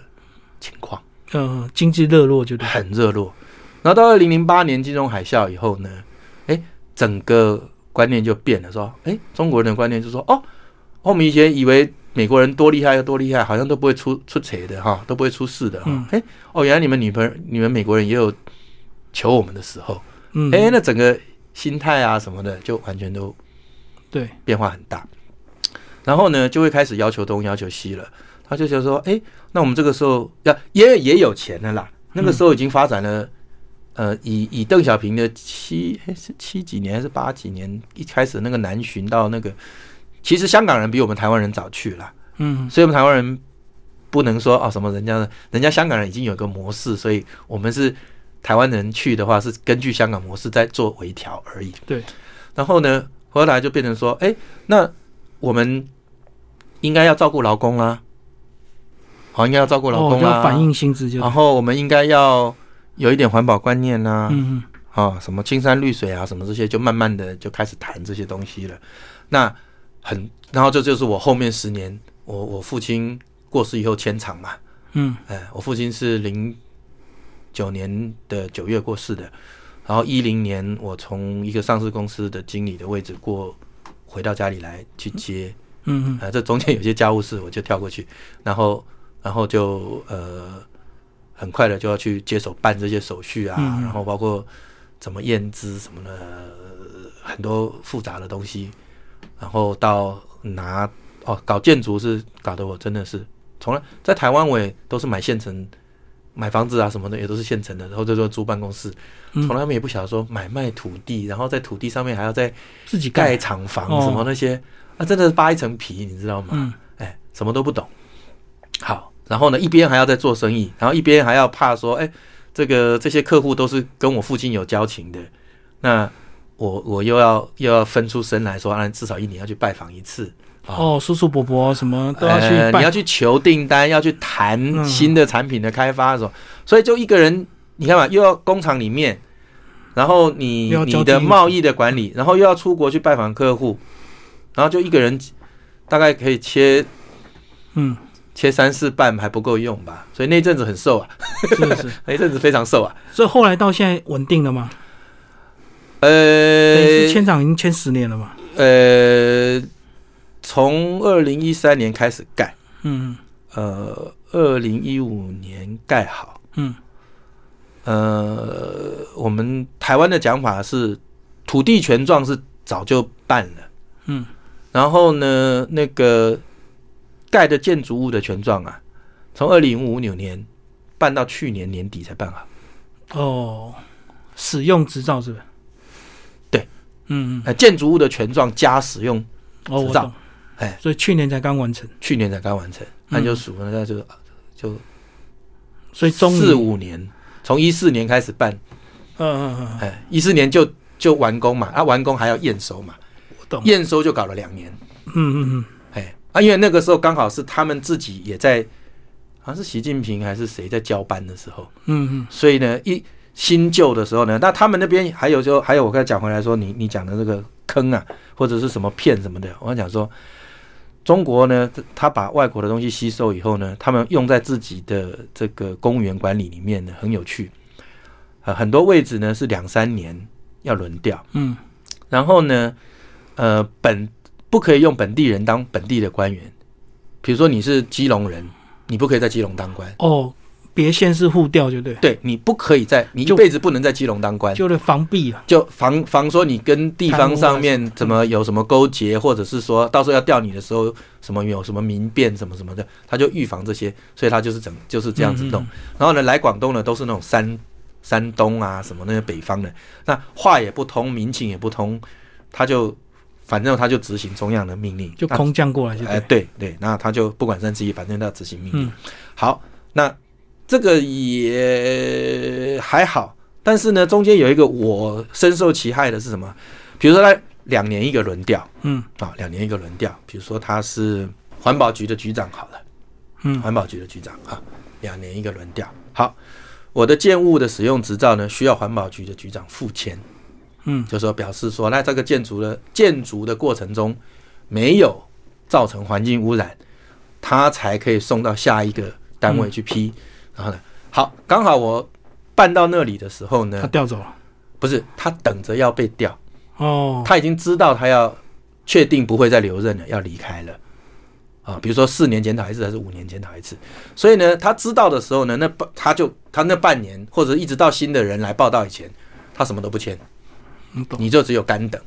B: 情况，
A: 呃，经济热络就对，
B: 很热络。然后到二零零八年金融海啸以后呢，哎，整个观念就变了，说，哎，中国人的观念就说，哦，我们以前以为美国人多厉害有多厉害，好像都不会出出贼的哈，都不会出事的哈
A: 嗯。
B: 哎、哦，原来你们女朋友、你们美国人也有求我们的时候，
A: 嗯，
B: 哎，那整个心态啊什么的，就完全都
A: 对，
B: 变化很大。然后呢，就会开始要求东要求西了。他就觉得说，哎、那我们这个时候要也也有钱了啦。那个时候已经发展了，呃，以以邓小平的七诶是七几年还是八几年一开始那个南巡到那个，其实香港人比我们台湾人早去了，
A: 嗯，
B: 所以我们台湾人不能说哦什么人家的，人家香港人已经有个模式，所以我们是台湾人去的话是根据香港模式在做微调而已。
A: 对，
B: 然后呢，后来就变成说，哎，那我们应该要照顾劳工啦，好，应该要照顾劳
A: 哦，
B: 工啦，
A: 要反映薪资就对，
B: 然后我们应该要有一点环保观念啦、
A: 嗯
B: 啊，什么青山绿水啊，什么这些，就慢慢的就开始谈这些东西了。那很，然后这就是我后面十年，我我父亲过世以后迁厂嘛，
A: 嗯
B: 哎，我父亲是零九年的九月过世的，然后一零年我从一个上市公司的经理的位置过回到家里来去接，
A: 嗯
B: 啊，这中间有些家务事我就跳过去，然后然后就呃很快的就要去接手办这些手续啊，
A: 嗯
B: 然后包括怎么验资什么的，呃很多复杂的东西，然后到拿哦搞建筑是搞得我真的是从来在台湾我也都是买现成。买房子啊什么的也都是现成的，然后就说租办公室，
A: 嗯，
B: 从来没也不晓得说买卖土地，然后在土地上面还要再
A: 自己
B: 盖
A: 盖，
B: 厂房
A: 哦
B: 什么那些，啊，真的是扒一层皮，你知道吗？
A: 嗯
B: 哎，什么都不懂。好，然后呢，一边还要在做生意，然后一边还要怕说，哎，这个这些客户都是跟我父亲有交情的，那我我又要又要分出身来说，啊，至少一年要去拜访一次。
A: 哦，叔叔伯伯什么都要去
B: 啊呃，你
A: 办
B: 要，去求订单，要去谈
A: 嗯
B: 新的产品的开发什么，所以就一个人，你看嘛，又要工厂里面，然后你
A: 又要交
B: 你
A: 际应
B: 的
A: 酬
B: 贸易的管理，然后又要出国去拜访客户，然后就一个人大概可以切
A: 嗯，
B: 切三四瓣还不够用吧，所以那一阵子很瘦啊，
A: 是是，
B: 那一阵子非常瘦啊，
A: 所以后来到现在稳定了嘛，等于是
B: 呃
A: 签厂已经签十年了嘛，
B: 呃，从二零一三年开始盖，
A: 嗯
B: 呃，二零一五年盖好。
A: 嗯
B: 呃，我们台湾的讲法是土地权状是早就办了，
A: 嗯，
B: 然后呢，那个盖的建筑物的权状啊，从二零五九年办到去年年底才办好。
A: 哦，使用执照是不是？
B: 对，
A: 嗯嗯，
B: 呃，建筑物的权状加使用，
A: 哦，我
B: 执照
A: 懂，
B: 哎，
A: 所以去年才刚完成，
B: 去年才刚完成，那
A: 嗯
B: 就数了，那就就
A: 所以终于，
B: 四五年，从一四年开始办，
A: 嗯嗯嗯，
B: 哎，一四年就就完工嘛，啊，完工还要验收嘛，
A: 我懂，
B: 验收就搞了两年。
A: 嗯嗯
B: 哎，啊，因为那个时候刚好是他们自己也在，好像是习近平还是谁在交班的时候，
A: 嗯嗯
B: 所以呢，一新旧的时候呢，那他们那边还有就还有我刚才讲回来说，你你讲的这个坑啊，或者是什么骗什么的，我讲说，中国呢，他把外国的东西吸收以后呢，他们用在自己的这个公务员管理里面呢，很有趣，呃，很多位置呢是两三年要轮调。
A: 嗯
B: 然后呢，呃，本不可以用本地人当本地的官员，比如说你是基隆人，你不可以在基隆当官
A: 嗯，，哦，别县市户调，就对，
B: 对你不可以在你一
A: 就
B: 辈子不能在基隆当官，
A: 就是防避啊。
B: 就防防说你跟地方上面怎么有什么勾结，或者是说到时候要调你的时候什么有什么民变什么什么的，他就预防这些，所以他就是整就是这样子弄。
A: 嗯
B: 然后呢，来广东呢都是那种山山东啊什么那些北方的，那话也不通，民情也不通，他就反正他就执行中央的命令，
A: 就
B: 那
A: 空降过来就
B: 哎，
A: 对。
B: 对对，那他就不管三七一，反正他要执行命令。
A: 嗯
B: 好，那这个也还好，但是呢，中间有一个我深受其害的是什么？比如说他两年一个轮调
A: 嗯
B: 啊，两年一个轮调。比如说他是环保局的局长好了，
A: 嗯
B: 环保局的局长啊，两年一个轮调。好，我的建物的使用执照呢，需要环保局的局长复签。
A: 嗯
B: 就说表示说，那这个建筑的建筑的过程中没有造成环境污染，它才可以送到下一个单位去批。然后呢，好，刚好我办到那里的时候
A: 他
B: 呢，
A: 调走了。
B: 不是他等着要被调，
A: 哦，
B: 他已经知道他要确定不会再留任了，要离开了。啊，比如说四年检讨一次，还是五年检讨一次，所以呢，他知道的时候呢，那半他就他那半年，或者一直到新的人来报道以前，他什么都不签，
A: 你懂。
B: 你就只有干等，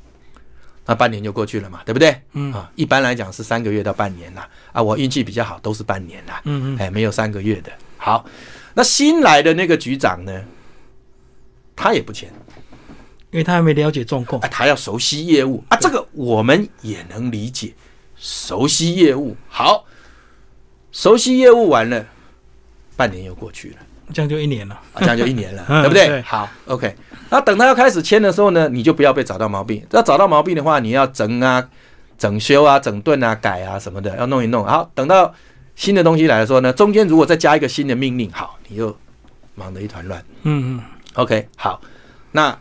B: 那半年就过去了嘛，对不对？
A: 嗯
B: 啊，一般来讲是三个月到半年啦。啊，我运气比较好，都是半年啦，
A: 嗯嗯
B: 哎，没有三个月的。好，那新来的那个局长呢，他也不签，
A: 因为他还没了解状况
B: 啊，。他要熟悉业务啊，这个我们也能理解，熟悉业务。好，熟悉业务完了，半年又过去了。
A: 这样就一年了。
B: 啊，这样就一年了，
A: 嗯
B: 对不对？
A: 对
B: 好，OK。那等他要开始签的时候呢，你就不要被找到毛病。要找到毛病的话，你要整啊、整修啊、整顿啊、改啊什么的，要弄一弄。好，等到新的东西来的时候呢，中间如果再加一个新的命令，好，你又忙得一团乱。
A: 嗯嗯
B: OK，好，那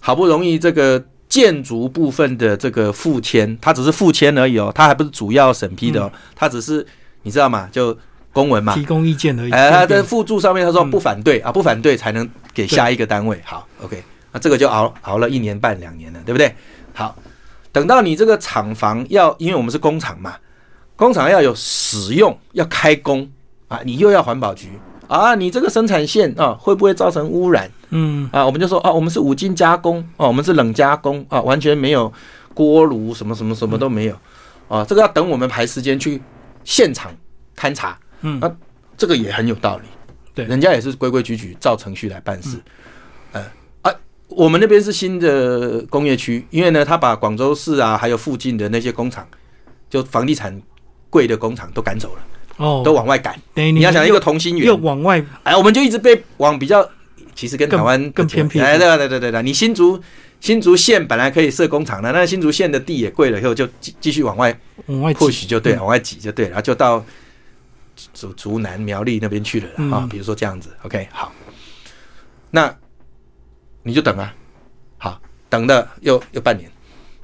B: 好不容易这个建筑部分的这个复签，它只是复签而已哦，它还不是主要审批的哦，它只是你知道吗？就公文嘛，
A: 提供意见而已。
B: 哎，他
A: 对
B: 在
A: 不
B: 附注上面他说
A: 嗯
B: 不反对、啊，不反对才能给下一个单位。好，OK，那这个就熬熬了一年半两年了，对不对？好，等到你这个厂房要，因为我们是工厂嘛，工厂要有使用，要开工啊，你又要环保局啊，你这个生产线啊会不会造成污染？
A: 对嗯
B: 啊，我们就说啊，我们是五金加工啊，我们是冷加工啊，完全没有锅炉什么什么什么都没有啊，这个要等我们排时间去现场勘查，
A: 嗯
B: 啊，这个也很有道理，
A: 对
B: 人家也是规规矩矩照程序来办事，呃啊，我们那边是新的工业区，因为呢，他把广州市啊，还有附近的那些工厂，就房地产贵的工厂都赶走了，
A: 哦，
B: 都往外赶，
A: 等于
B: 你要想一个
A: 又
B: 同心圆
A: 又，往外
B: 哎，我们就一直被往比较，其实跟台
A: 更
B: 湾
A: 更
B: 不
A: 偏
B: 简
A: 僻
B: 哎，对对对对对，你新竹新竹县本来可以设工厂的，那新竹县的地也贵了，以后就继继续往外
A: 往外
B: 或
A: 挤。
B: 许就对，
A: 嗯
B: 往外挤就对了，然后就到竹竹南苗栗那边去了啦啊
A: 嗯，
B: 比如说这样子，OK，好，那你就等啊，好，等了又又半年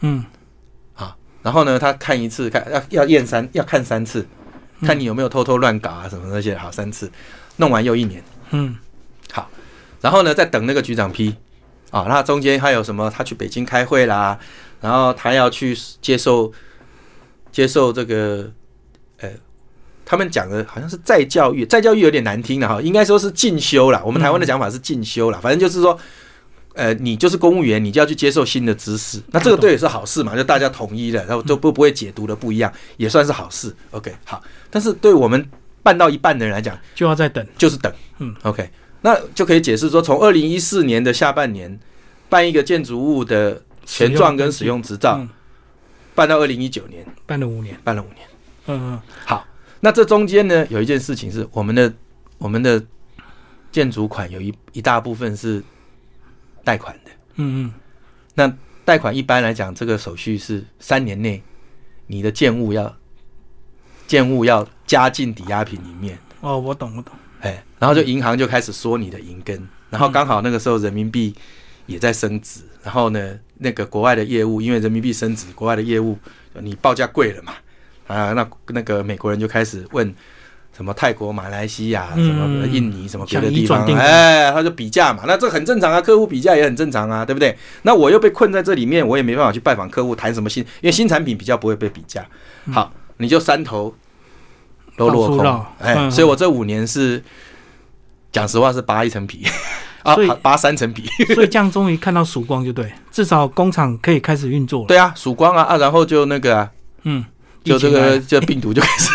A: 嗯
B: 啊，然后呢，他看一次看要要验三要看三次，看你有没有偷偷乱搞啊什么那些，好三次，弄完又一年。
A: 嗯
B: 好，然后呢，再等那个局长批啊。那中间还有什么？他去北京开会啦，然后他要去接受接受这个呃，他们讲的好像是再教育，再教育有点难听了哈，应该说是进修啦。我们台湾的讲法是进修啦，反正就是说。呃，你就是公务员，你就要去接受新的知识，那这个对也是好事嘛，就大家统一了，然后就不不会解读的不一样，也算是好事。OK，好，但是对我们办到一半的人来讲，
A: 就要再等。
B: 就是等。
A: 嗯
B: ，OK，那就可以解释说，从二零一四年的下半年办一个建筑物的权状跟使用执照，
A: 嗯
B: 办到二零一九年，
A: 办了五年。
B: 办了五年。
A: 嗯嗯
B: 好，那这中间呢，有一件事情是我们的我们的建筑款有一一大部分是贷款的。
A: 嗯嗯
B: 那贷款一般来讲，这个手续是三年内你的建物要建物要加进抵押品里面。
A: 哦，我懂我懂。
B: 哎，然后就银行就开始缩你的银
A: 嗯
B: 根，然后刚好那个时候人民币也在升值，然后呢，那个国外的业务因为人民币升值，国外的业务你报价贵了嘛，啊，那那个美国人就开始问什么泰国、马来西亚、
A: 嗯
B: 什么印尼、什么别的
A: 想
B: 地
A: 移转
B: 方
A: 定，
B: 哎，他就比价嘛，那这很正常啊，客户比价也很正常啊，对不对？那我又被困在这里面，我也没办法去拜访客户谈什么新，因为新产品比较不会被比价。好，你就三头都落
A: 嗯到处
B: 空
A: 绕，
B: 哎，
A: 嗯
B: 所以我这五年是讲实话是扒一 层皮啊
A: 所以，
B: 扒三层皮。
A: 所以这样终于看到曙光，就对，至少工厂可以开始运作了。
B: 对啊，曙光啊啊，然后就那个啊，
A: 嗯，
B: 就
A: 疫情
B: 这
A: 来
B: 个
A: 了
B: 这病毒就开始，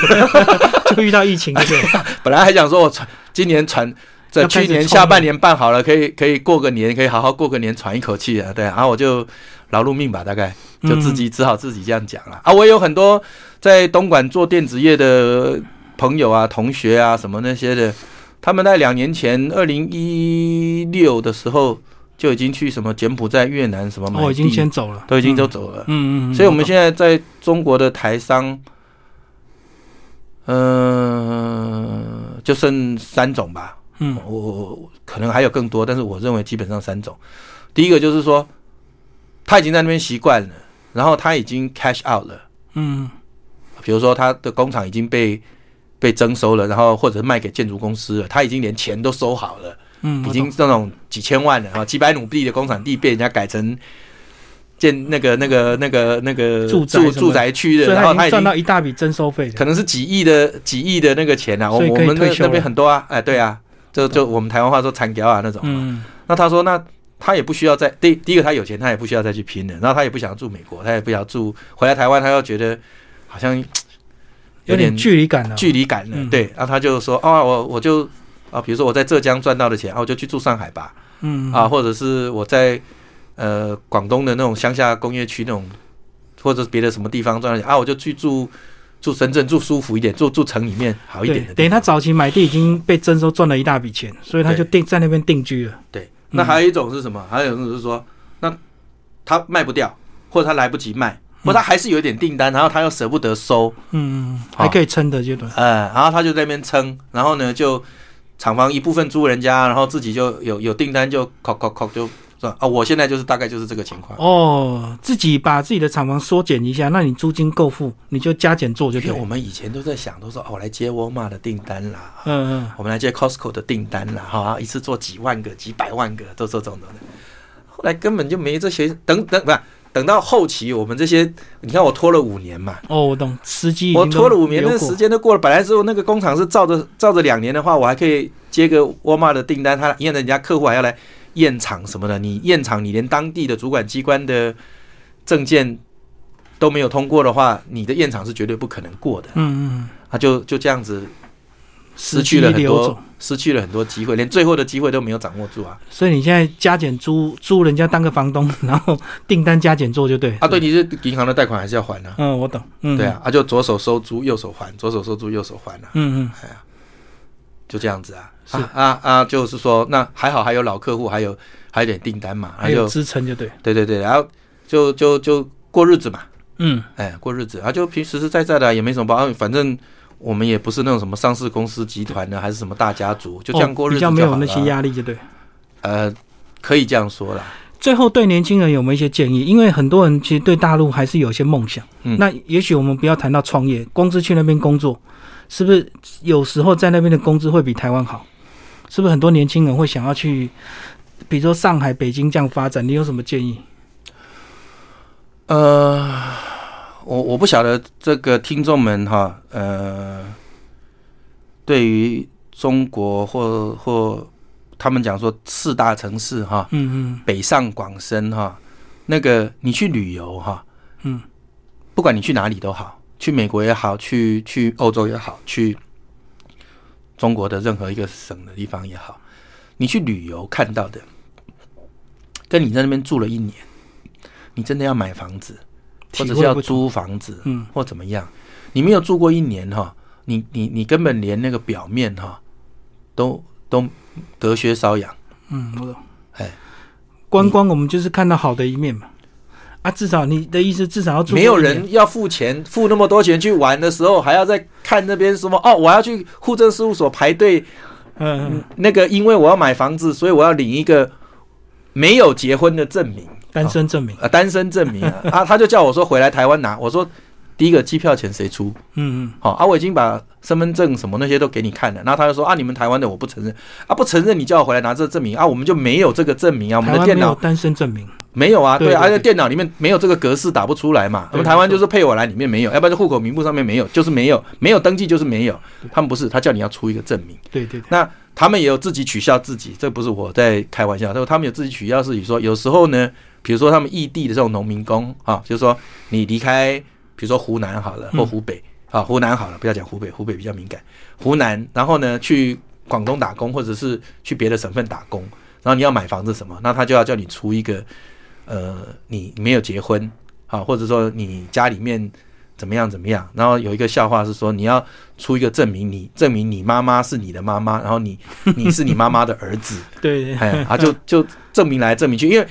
A: 就遇到疫情，对，
B: 本来还想说我传今年传。这
A: 要开始
B: 去年
A: 冲
B: 下
A: 了
B: 半年办好了，可以可以过个年，可以好好过个年，喘一口气啊，对啊，然后我就劳碌命吧，大概
A: 嗯
B: 就自己只好自己这样讲了啊。我也有很多在东莞做电子业的朋友啊、同学啊什么那些的，他们在两年前，二零一六的时候就已经去什么柬埔寨、越南什么买地，
A: 哦我已经先走了，
B: 都已经都
A: 嗯
B: 走了。
A: 嗯嗯嗯，
B: 所以我们
A: 懂
B: 现在在中国的台商，呃，就剩三种吧。
A: 嗯
B: 我我我可能还有更多，但是我认为基本上三种。第一个就是说，他已经在那边习惯了，然后他已经 cash out 了，
A: 嗯
B: 比如说他的工厂已经被被征收了，然后或者卖给建筑公司了，他已经连钱都收好了。
A: 嗯，
B: 已
A: 我
B: 经
A: 懂
B: 那种几千万了啊，几百亩地的工厂地被人家改成建那个那个那个那个
A: 住宅
B: 住
A: 什么
B: 住宅区
A: 所
B: 的，
A: 以
B: 然
A: 他
B: 后
A: 已
B: 他
A: 经
B: 已
A: 赚到
B: 经
A: 一大笔征收费了。
B: 可能是几亿的几亿的那个钱啊，我
A: 所以可以
B: 我们那
A: 退休了
B: 那边很多啊，哎对啊，就就我们台湾话说残条啊那种。
A: 嗯，
B: 那他说那。他也不需要再第第一个，他有钱，他也不需要再去拼了。然后他也不想住美国，他也不想住回来台湾，他又觉得好像
A: 有点距离感了。
B: 距离感了。
A: 嗯
B: 对，然后他就说啊，我我就啊，比如说我在浙江赚到的钱，啊，我就去住上海吧。
A: 嗯
B: 啊，，或者是我在呃广东的那种乡下工业区那种，或者是别的什么地方赚了钱啊，我就去住住深圳，住舒服一点，住住城里面好一
A: 对
B: 点的地方。
A: 等于他早期买地已经被征收赚了一大笔钱，所以他就定在那边定居了。
B: 对，那
A: 嗯
B: 还有一种是什么？还有一种是说，那他卖不掉，或者他来不及卖，或者他还是有一点订单，然后他又舍不得收，
A: 嗯，还可以撑的阶段。
B: 呃，然后他就在那边撑，然后呢就厂房一部分租人家，然后自己就有有订单就扣扣扣就算啊，我现在就是大概就是这个情况。
A: 哦，自己把自己的厂房缩减一下，那你租金够付，你就加减做就
B: 因
A: 对
B: 为我
A: 了。嗯
B: 们以前都在想，都说哦，我来接沃尔玛的订单啦，
A: 嗯嗯，
B: 我们来接 Costco 的订单啦，哈、一次做几万个、几百万个，都做这种东西。后来根本就没这些，等等不是，等到后期我们这些，你看我拖了五年嘛，
A: 哦，我懂，时机已经
B: 我
A: 都
B: 拖了五年，那
A: 流
B: 个
A: 过
B: 时间都过了。本来是我那个工厂是照着照着两年的话，我还可以接个沃尔玛的订单，他验人家客户还要来验厂什么的。你验厂，你连当地的主管机关的证件都没有通过的话，你的验厂是绝对不可能过的。
A: 嗯嗯，
B: 啊，就就这样子失
A: 时机
B: 去了很
A: 流
B: 多
A: 走。，
B: 失去了很多机会，连最后的机会都没有掌握住啊！
A: 所以你现在加减租租人家当个房东，然后订单加减做就对。
B: 啊，对，你是银行的贷款还是要还啊？
A: 嗯，我懂。嗯，
B: 对啊，，啊，就左手收租，右手还，左手收租，右手还啊，
A: 嗯嗯。
B: 就这样子啊。
A: 是
B: 啊啊啊，就是说，那还好还有老客户，还有还有点订单嘛，
A: 还
B: 还
A: 有
B: 有
A: 支撑就对，
B: 对对对，然后就就就过日子嘛，
A: 嗯，
B: 哎，过日子啊，就平时实在在的啊，也没什么包，啊反正我们也不是那种什么上市公司集团的，还是什么大家族，就这样过
A: 哦比
B: 日子
A: 较没
B: 好
A: 有那
B: 了
A: 些压力就对。
B: 呃，可以这样说啦。
A: 最后对年轻人有没有一些建议？因为很多人其实对大陆还是有一些梦想。
B: 嗯
A: 那也许我们不要谈到创业，光是去那边工作，是不是有时候在那边的工资会比台湾好？是不是很多年轻人会想要去，比如说上海、北京这样发展？你有什么建议？
B: 呃，我我不晓得这个听众们哈，呃，对于中国或或他们讲说四大城市哈，
A: 嗯
B: 北上广深哈，那个你去旅游哈，
A: 嗯嗯
B: 不管你去哪里都好，去美国也好，去去欧洲也好，去中国的任何一个省的地方也好，你去旅游看到的，跟你在那边住了一年，你真的要买房子，或者
A: 体
B: 是
A: 会
B: 要
A: 不同
B: 租房子，
A: 嗯，
B: 或怎么样，你没有住过一年哈，你你你根本连那个表面哈，都都隔靴搔痒，
A: 嗯，我懂。
B: 哎，
A: 观光我们就是看到好的一面嘛。啊，至少你的意思至少要住
B: 没有
A: 过一年
B: 人要付钱，付那么多钱去玩的时候，还要再看那边什么哦，我要去户政事务所排队，
A: 嗯嗯
B: 那个因为我要买房子，所以我要领一个没有结婚的证明，
A: 单身证明，
B: 呃，单身证明啊，啊他就叫我说回来台湾拿，我说第一个机票钱谁出？
A: 嗯
B: 好、啊，我已经把身份证什么那些都给你看了，然后他就说啊，你们台湾的我不承认，啊不承认你叫我回来拿这个证明啊，我们就没有这个证明啊，我
A: 嗯，
B: 们
A: 台
B: 的
A: 湾
B: 电
A: 没有
B: 脑
A: 单身证明，
B: 没有啊，
A: 对
B: 对啊，
A: 对
B: 而
A: 对
B: 且电脑里面没有这个格式打不出来嘛。我
A: 对
B: 们台湾就是配偶栏里面没有，要不然就户口名簿上面没有，就是没有，没有登记就是没有。他们不是，他叫你要出一个证明。
A: 对对对，
B: 那他们也有自己取笑自己，这不是我在开玩笑，他说他们有自己取笑自己说，有时候呢，比如说他们异地的这种农民工啊，就是说你离开，比如说湖南好了，或湖北、啊，湖南好了，不要讲湖北，湖北比较敏感，湖南，然后呢去广东打工，或者是去别的省份打工，然后你要买房子什么，那他就要叫你出一个，呃，你没有结婚啊，或者说你家里面。怎么样怎么样？然后有一个笑话是说，你要出一个证明你，证明你妈妈是你的妈妈，然后你 你是你妈妈的儿子，
A: 对对
B: 哎，啊就就证明来证明去，因为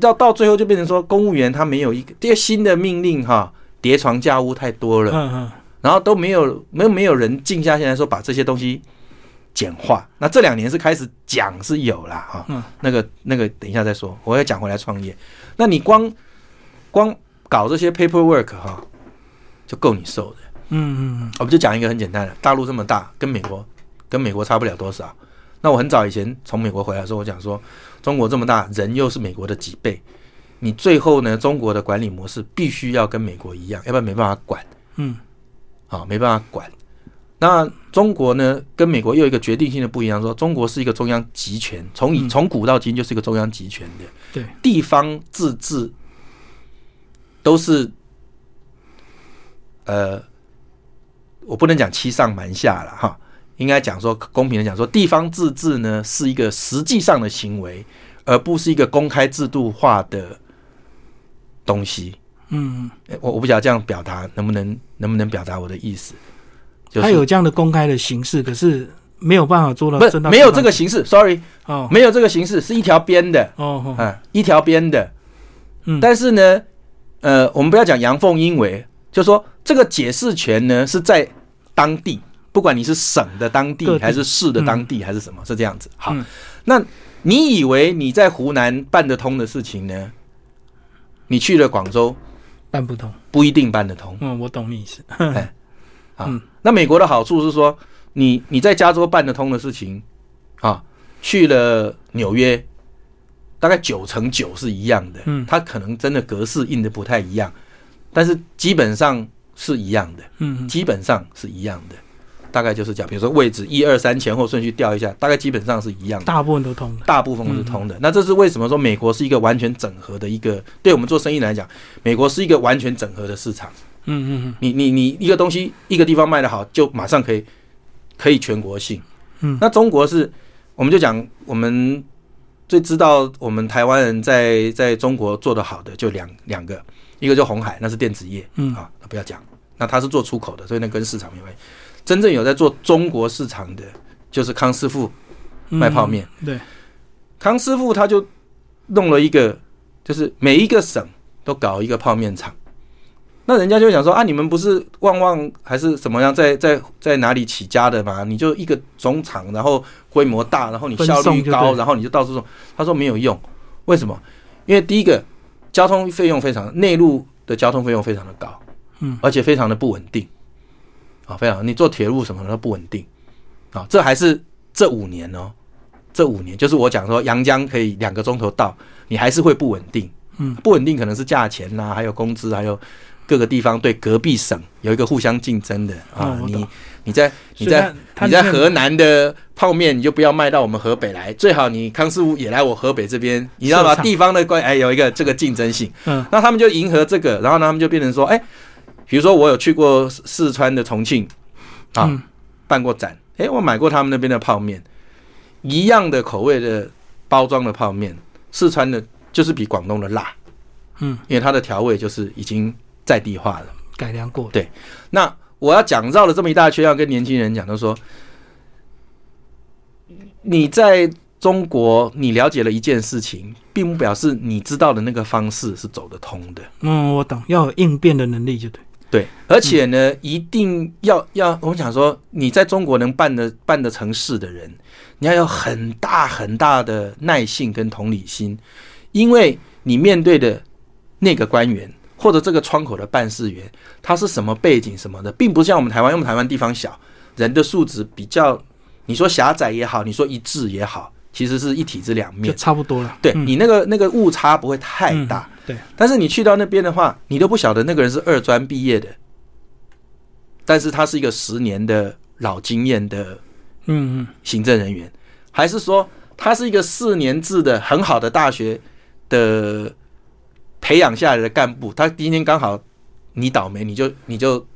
B: 到到最后就变成说，公务员他没有一个这些新的命令哈，叠床架屋太 多了，
A: 嗯嗯，
B: 然后都没有没有没有人静下心来说把这些东西简化。那这两年是开始讲是有啦哈、
A: 嗯
B: 那个那个等一下再说，我要讲回来创业。那你光光搞这些 paperwork 哈、就够你受的。
A: 嗯嗯
B: 我哦们就讲一个很简单的，大陆这么大，跟美国跟美国差不了多少。那我很早以前从美国回来的时候，我讲说，中国这么大，人又是美国的几倍，你最后呢，中国的管理模式必须要跟美国一样，要不然没办法管
A: 嗯
B: 啊、没办法管。那中国呢，跟美国又有一个决定性的不一样，说中国是一个中央集权，从以
A: 嗯
B: 从古到今就是一个中央集权的，
A: 对，
B: 地方自治都是呃，我不能讲欺上瞒下了哈，应该讲说公平的讲说，地方自治呢是一个实际上的行为，而不是一个公开制度化的东西。
A: 嗯，
B: 诶我我不晓得这样表达能不能能不能表达我的意思，就
A: 他
B: 是
A: 有这样的公开的形式，可是没有办法做到
B: 不是
A: 真到
B: 没有
A: 地
B: 这
A: 方
B: 个形式，sorry，
A: 哦
B: 没有这个形式是一条边的，
A: 哦哦，
B: 嗯，一条边的。
A: 嗯
B: 但是呢，呃，我们不要讲阳奉阴违，就说这个解释权呢是在当地，不管你是省的当
A: 各
B: 地
A: 地
B: 还是市的当地还是什么，是这样子。好
A: 嗯，
B: 那你以为你在湖南办得通的事情呢，你去了广州
A: 办不通。
B: 不一定办得通。
A: 嗯，我懂你意思。嗯
B: 啊。那美国的好处是说，你你在加州办得通的事情，啊，去了纽约，大概九成九是一样的，
A: 嗯
B: 它可能真的格式印的不太一样，但是基本上是一样的，
A: 嗯嗯
B: 基本上是一样的，大概就是讲，比如说位置一二三前后顺序调一下，大概基本上是一样的。
A: 大部分都通了。
B: 大部分都是通
A: 嗯
B: 的。那这是为什么说美国是一个完全整合的一个，对我们做生意来讲，美国是一个完全整合的市场。
A: 嗯嗯
B: 你你你一个东西一个地方卖得好，就马上可以可以全国性。
A: 嗯
B: 那中国是，我们就讲我们最知道我们台湾人在在中国做得好的就两两个，一个就红海，那是电子业，
A: 嗯
B: 啊，那不要讲，那它是做出口的，所以那跟市场没关系。真正有在做中国市场的，就是康师傅。
A: 嗯，
B: 卖泡面
A: 嗯。对，
B: 康师傅他就弄了一个，就是每一个省都搞一个泡面厂。那人家就想说啊，你们不是旺旺还是怎么样，在在在哪里起家的嘛？你就一个总厂，然后规模大，然后你
A: 分
B: 效
A: 送
B: 率
A: 就
B: 高，
A: 对
B: 然后你就到处送。他说没有用，为什么？因为第一个交通费用非常，内陆的交通费用非常的高，
A: 嗯，
B: 而且非常的不稳定，啊，非常你做铁路什么的都不稳定，啊，这还是这五年哦，这五年就是我讲说阳江可以两个钟头到，你还是会不稳定，
A: 嗯，
B: 不稳定可能是价钱啦、还有工资，还有各个地方对隔壁省有一个互相竞争的啊，
A: 哦我懂
B: 你你在你
A: 所以
B: 在
A: 他他
B: 你在
A: 现
B: 河南的泡面，你就不要卖到我们河北来，最好你康师傅也来我河北这边，你知道吧？
A: 市场
B: 地方的关哎有一个这个竞争性，
A: 嗯
B: 那他们就迎合这个，然后呢他们就变成说，哎，比如说我有去过四四川的重庆啊、
A: 嗯
B: 办过展，哎，我买过他们那边的泡面，一样的口味的包装的泡面，四川的就是比广东的辣，
A: 嗯，
B: 因为它的调味就是已经在地化了。
A: 改良过的。
B: 那我要讲绕了这么一大圈，要跟年轻人讲，就说你在中国，你了解了一件事情，并不表示你知道的那个方式是走得通的。
A: 嗯，我懂，要有应变的能力就对。
B: 对，而且呢，一定要要，我想说，你在中国能办的办的成事的人，你要有很大很大的耐性跟同理心，因为你面对的那个官员或者这个窗口的办事员，他是什么背景什么的，并不像我们台湾，因为我们台湾地方小，人的素质比较，你说狭窄也好，你说一致也好，其实是一体之两
A: 就
B: 面。
A: 差不多了。
B: 对
A: 嗯
B: 你那个那个误差不会太大，
A: 嗯对，
B: 但是你去到那边的话，你都不晓得那个人是二专毕业的，但是他是一个十年的老经验的
A: 嗯嗯，
B: 行政人员，还是说他是一个四年制的很好的大学的培养下来的干部？他今天刚好你倒霉，你就你就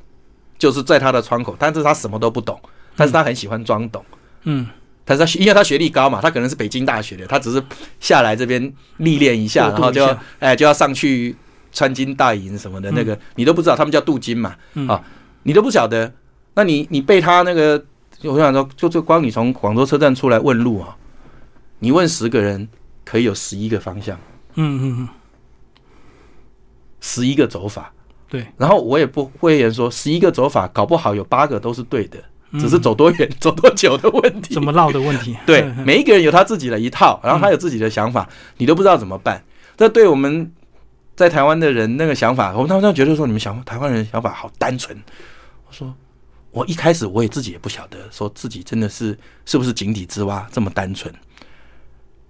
B: 就是在他的窗口，但是他什么都不懂，但是他很喜欢装懂。
A: 嗯，
B: 但是他学因为他学历高嘛，他可能是北京大学的，他只是下来这边历练一下，
A: 过渡
B: 然后就
A: 一
B: 要
A: 下
B: 哎就要上去穿金戴银什么的，那个、你都不知道，他们叫镀金嘛，
A: 嗯
B: 啊，你都不晓得，那你你被他那个，我想说，就就光你从广州车站出来问路啊，你问十个人，可以有十一个方向，
A: 嗯嗯 嗯，
B: 十一个走法，
A: 对，
B: 然后我也不会言说十一个走法，搞不好有八个都是对的，
A: 嗯
B: 只是走多远、 走多久的问题。
A: 怎。么绕的问题
B: 对
A: 嗯，嗯
B: 每一个人有他自己的一套，然后他有自己的想法，你都不知道怎么办。这对我们在台湾的人那个想法，我们他们觉得说你们想台湾人想法好单纯。我说，我一开始我也自己也不晓得，说自己真的是是不是井底之蛙这么单纯。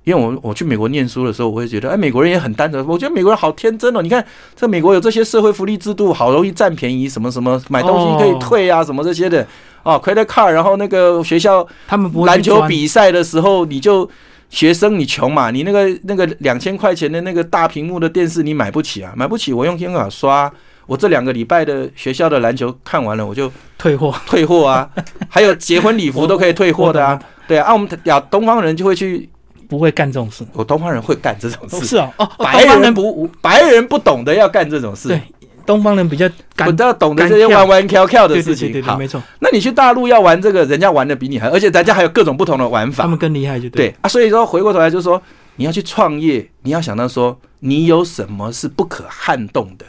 B: 因为我我去美国念书的时候，我会觉得，哎，美国人也很单纯。我觉得美国人好天真哦！你看，这美国有这些社会福利制度，好容易占便宜，什么什么买东西可以
A: 哦
B: 退啊，什么这些的啊，credit card，然后那个学校
A: 他们不会去
B: 篮球
A: 钻
B: 比赛的时候，你就学生你穷嘛，你那个那个两千块钱的那个大屏幕的电视你买不起啊，买不起，我用信用卡刷。我这两个礼拜的学校的篮球看完了，我就
A: 退 货，
B: 退货 啊，还有结婚礼服都可以退货的啊，对啊，啊我们亚东方人就会去，
A: 不会干这种事。
B: 我东方人会干这种
A: 哦
B: 事，
A: 是哦，哦，哦
B: 白
A: 东方
B: 人
A: 人不
B: 不白人不懂得要干这种事
A: 对，东方人比较
B: 不
A: 敢
B: 知道懂得
A: 干
B: 这些
A: 跳
B: 弯弯翘翘的
A: 对对
B: 事
A: 对
B: 情
A: 对。对，
B: 好，
A: 没错，
B: 那你去大陆要玩这个，人家玩的比你还，而且人家还有各种不同的玩法
A: 他。们更厉害就
B: 对
A: 对。
B: 啊，所以说回过头来就是说，你要去创业，你要想到说你有什么是不可撼动的。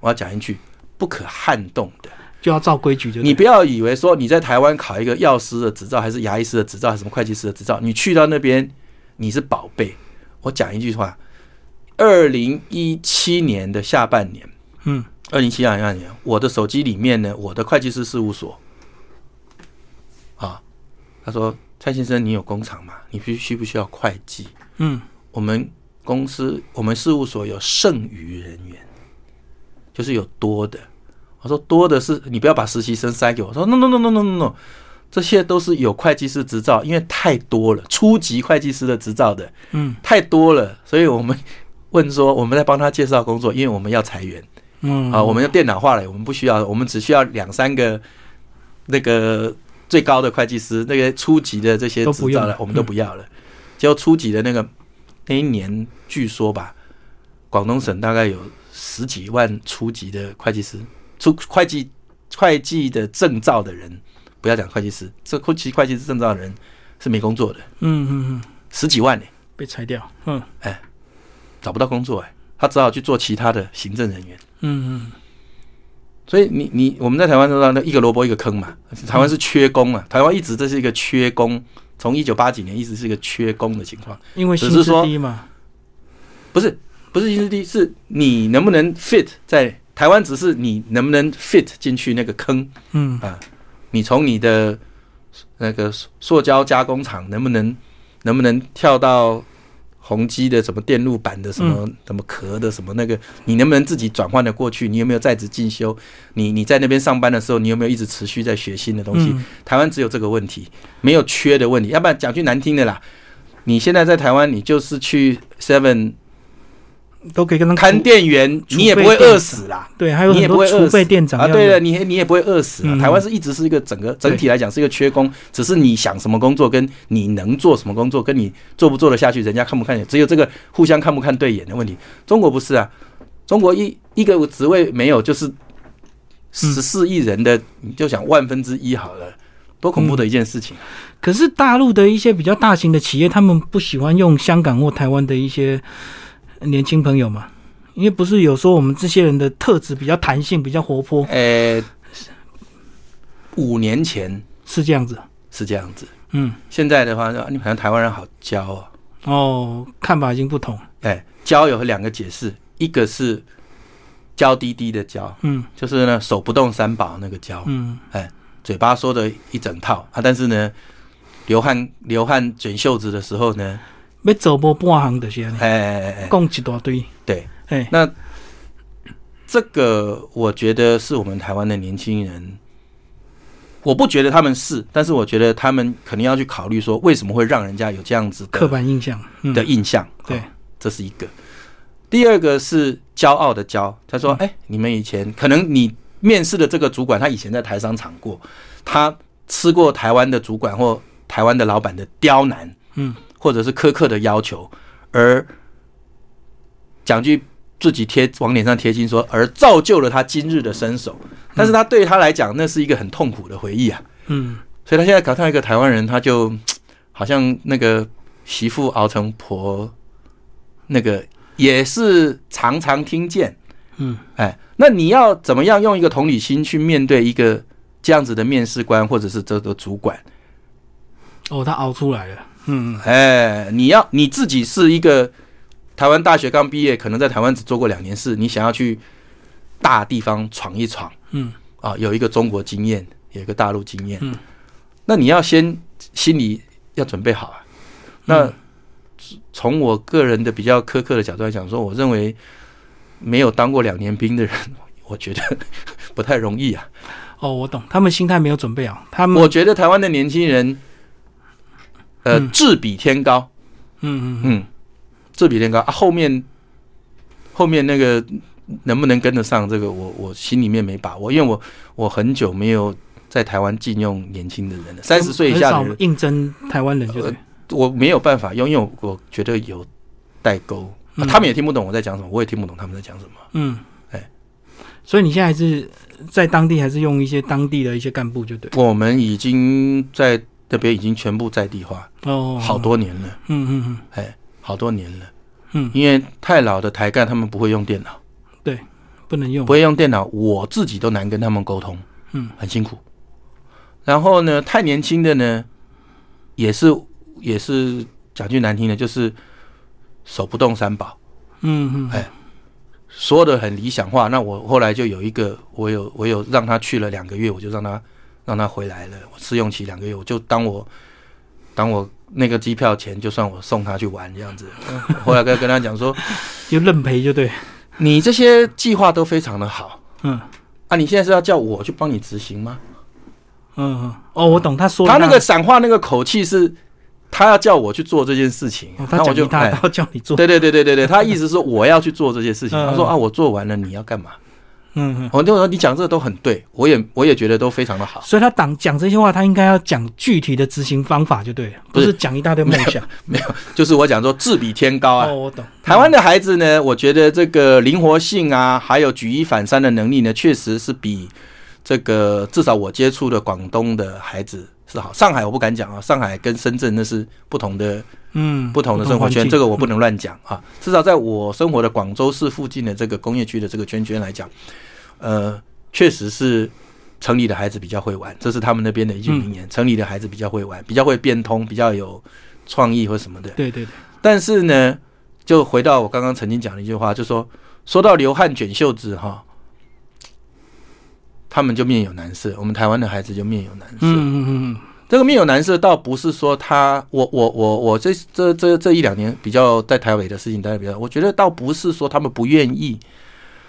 B: 我要讲一句，不可撼动的。
A: 就要照规矩就对
B: 你不要以为说你在台湾考一个药师的执照，还是牙医师的执照，还是什么会计师的执照，你去到那边你是宝贝。我讲一句话，二零一七年的下半年，
A: 嗯，
B: 二零一七年下半年，我的手机里面呢，我的会计师事务所啊，他说蔡先生，你有工厂吗？你必须需不需要会计？
A: 嗯，
B: 我们公司我们事务所有剩余人员，就是有多的。我说多的是你不要把实习生塞给我。说 no no no no no no no，这些都是有会计师执照，因为太多了，初级会计师的执照的，
A: 嗯，
B: 太多了，所以我们问说我们在帮他介绍工作，因为我们要裁员。
A: 嗯，
B: 啊，我们用电脑化了，我们不需要，我们只需要两三个那个最高的会计师，那个初级的这些
A: 都不
B: 执
A: 用
B: 照了
A: 了，
B: 我们都不要了。结果初级的那个那一年，据说吧，广东省大概有十几万初级的会计师，初会计会计的证照的人，不要讲会计师，这初级会计师证照的人是没工作的，
A: 嗯嗯嗯，
B: 十几万呢、
A: 被裁掉，嗯
B: 找不到工作哎、他只好去做其他的行政人员。
A: 嗯嗯，
B: 所以你你我们在台湾都知道，那一个萝卜一个坑嘛。台湾是缺工啊，台湾一直这是一个缺工，从一九八几年一直是一个缺工的情况。
A: 因为
B: 只
A: 薪
B: 是
A: 资
B: 说
A: 低嘛，
B: 不是不是薪资低，是你能不能 fit 在台湾，只是你能不能 fit 进去那个坑。
A: 嗯
B: 你从你的那个塑塑胶加工厂能不能能不能跳到宏基的什么电路板的什
A: 嗯
B: 么、什么壳的什么那个，你能不能自己转换的过去？你有没有在职进修？你你在那边上班的时候，你有没有一直持续在学新的东西？
A: 嗯
B: 台湾只有这个问题，没有缺的问题。要不然讲句难听的啦，你现在在台湾，你就是去 Seven
A: 都可以跟他们
B: 看店员，
A: 嗯储
B: 你也不会
A: 备电
B: 饿死啦。
A: 对，还有
B: 你
A: 很
B: 也不
A: 多
B: 会饿
A: 储
B: 死
A: 备店长
B: 啊，
A: 要
B: 对了，
A: 有，
B: 你你也不会饿死、啊。
A: 嗯
B: 台湾是一直是一个整个整体来讲是一个缺工，只是你想什么工作，跟你能做什么工作，跟你做不做得下去，人家看不看眼，只有这个互相看不看对眼的问题。中国不是啊，中国一一个职位没有就是
A: 嗯
B: 十四亿人的，你就想万分之一好了，多恐怖的一件事情。啊
A: 可是大陆的一些比较大型的企业，他们不喜欢用香港或台湾的一些年轻朋友嘛，因为不是有时候我们这些人的特质比较弹性，比较活泼，
B: 呃，五年前
A: 是这样子，
B: 是这样子，
A: 嗯，
B: 现在的话，啊你好像台湾人好骄傲、
A: 哦，看法已经不同，
B: 哎，交有两个解释，一个是娇滴滴的娇，
A: 嗯
B: 就是呢手不动三宝那个娇，
A: 嗯
B: 嘴巴说的一整套啊，但是呢流汗流汗卷袖子的时候呢，
A: 要走无半行就是安尼，
B: 哎哎哎哎，
A: 讲一大堆，
B: 对，
A: 哎，
B: 那这个我觉得是我们台湾的年轻人，我不觉得他们是，但是我觉得他们肯定要去考虑说，为什么会让人家有这样子
A: 刻
B: 的
A: 板印象，嗯
B: 的，印象？
A: 对
B: 哦，这是一个。第二个是骄傲的骄，他说：“哎、你们以前可能你面试的这个主管，他以前在台商厂过，他吃过台湾的主管或台湾的老板的刁难，
A: 嗯，
B: 或者是苛刻的要求，而讲句自己贴往脸上贴金说，而造就了他今日的身手。但是他对他来讲，那是一个很痛苦的回忆啊。
A: 嗯，
B: 所以他现在搞到一个台湾人，他就好像那个媳妇熬成婆，那个也是常常听见。
A: 嗯，
B: 哎，那你要怎么样用一个同理心去面对一个这样子的面试官或者是这个主管？
A: 哦，他熬出来了，嗯，
B: 哎，你要你自己是一个台湾大学刚毕业，可能在台湾只做过两年事，你想要去大地方闯一闯，
A: 嗯，
B: 啊，有一个中国经验，有一个大陆经验，
A: 嗯，
B: 那你要先心里要准备好啊。那
A: 嗯
B: 从我个人的比较苛刻的角度来讲，说我认为没有当过两年兵的人， 我觉得不太容易啊。
A: 哦，我懂，他们心态没有准备好，他们，
B: 我觉得台湾的年轻人，呃，
A: 嗯
B: 志比天高，
A: 嗯嗯嗯，
B: 嗯，这比天高、啊。后面后面那个能不能跟得上这个我，我心里面没把握，因为我我很久没有在台湾禁用年轻的人了，三十岁以下的
A: 很少
B: 人呃
A: 应征台湾人，就对，
B: 我没有办法用，因为我我觉得有代沟、啊
A: 嗯
B: 他们也听不懂我在讲什么，我也听不懂他们在讲什么。
A: 嗯，
B: 哎，
A: 所以你现在还是在当地，还是用一些当地的一些干部，就对，
B: 我们已经在那边已经全部在地化
A: 哦，
B: 好，多年了，
A: 嗯嗯嗯。
B: 哎，好多年了。
A: 嗯
B: 因为太老的台干他们不会用电脑，
A: 嗯不能用
B: 不。会用电脑，我自己都难跟他们沟通。
A: 嗯
B: 很辛苦。然后呢，太年轻的呢，也是也是讲句难听的，就是手不动三宝，
A: 嗯嗯，
B: 哎说的很理想化。那我后来就有一个，我有我有让他去了两个月，我就让他让他回来了，我试用期两个月，我就当我当我那个机票钱就算我送他去玩这样子。后来跟跟他讲说，
A: 就认赔就对。
B: 你这些计划都非常的好
A: 嗯
B: 啊，你现在是要叫我去帮你执行吗？
A: 嗯嗯，哦，我懂，他说的
B: 他那个闪话那个口气是，他要叫我去做这件事情，
A: 哦他
B: 那我
A: 讲
B: 就
A: 一大
B: 哎，
A: 道叫你做。
B: 对对对对对对，他意思是我要去做这些事情。
A: 嗯
B: 他说啊，我做完了，你要干嘛？
A: 嗯嗯，
B: 我就说你讲这个都很对，我也我也觉得都非常的好，
A: 所以他讲讲这些话，他应该要讲具体的执行方法就对了，不是讲一大堆梦想。
B: 就是我讲说志比天高啊
A: 哦，。我懂。
B: 台湾的孩子呢，我觉得这个灵活性啊，还有举一反三的能力呢，确实是比这个至少我接触的广东的孩子是好。上海我不敢讲啊，上海跟深圳那是不同的
A: 嗯，
B: 不同的生活
A: 环
B: 圈，
A: 境
B: 这个我不能乱讲啊。至少在我生活的广州市附近的这个工业区的这个圈圈来讲，呃，确实是城里的孩子比较会玩，这是他们那边的一句名言：城里的孩子比较会玩，比较会变通，比较有创意或什么的。
A: 对对对，
B: 但是呢，就回到我刚刚曾经讲的一句话，就说说到流汗卷袖子哈，他们就面有难色，我们台湾的孩子就面有难色。
A: 嗯嗯嗯
B: 这个面有难色，倒不是说他，我我我我这这这这一两年比较在台北的事情待的比较，我觉得倒不是说他们不愿意，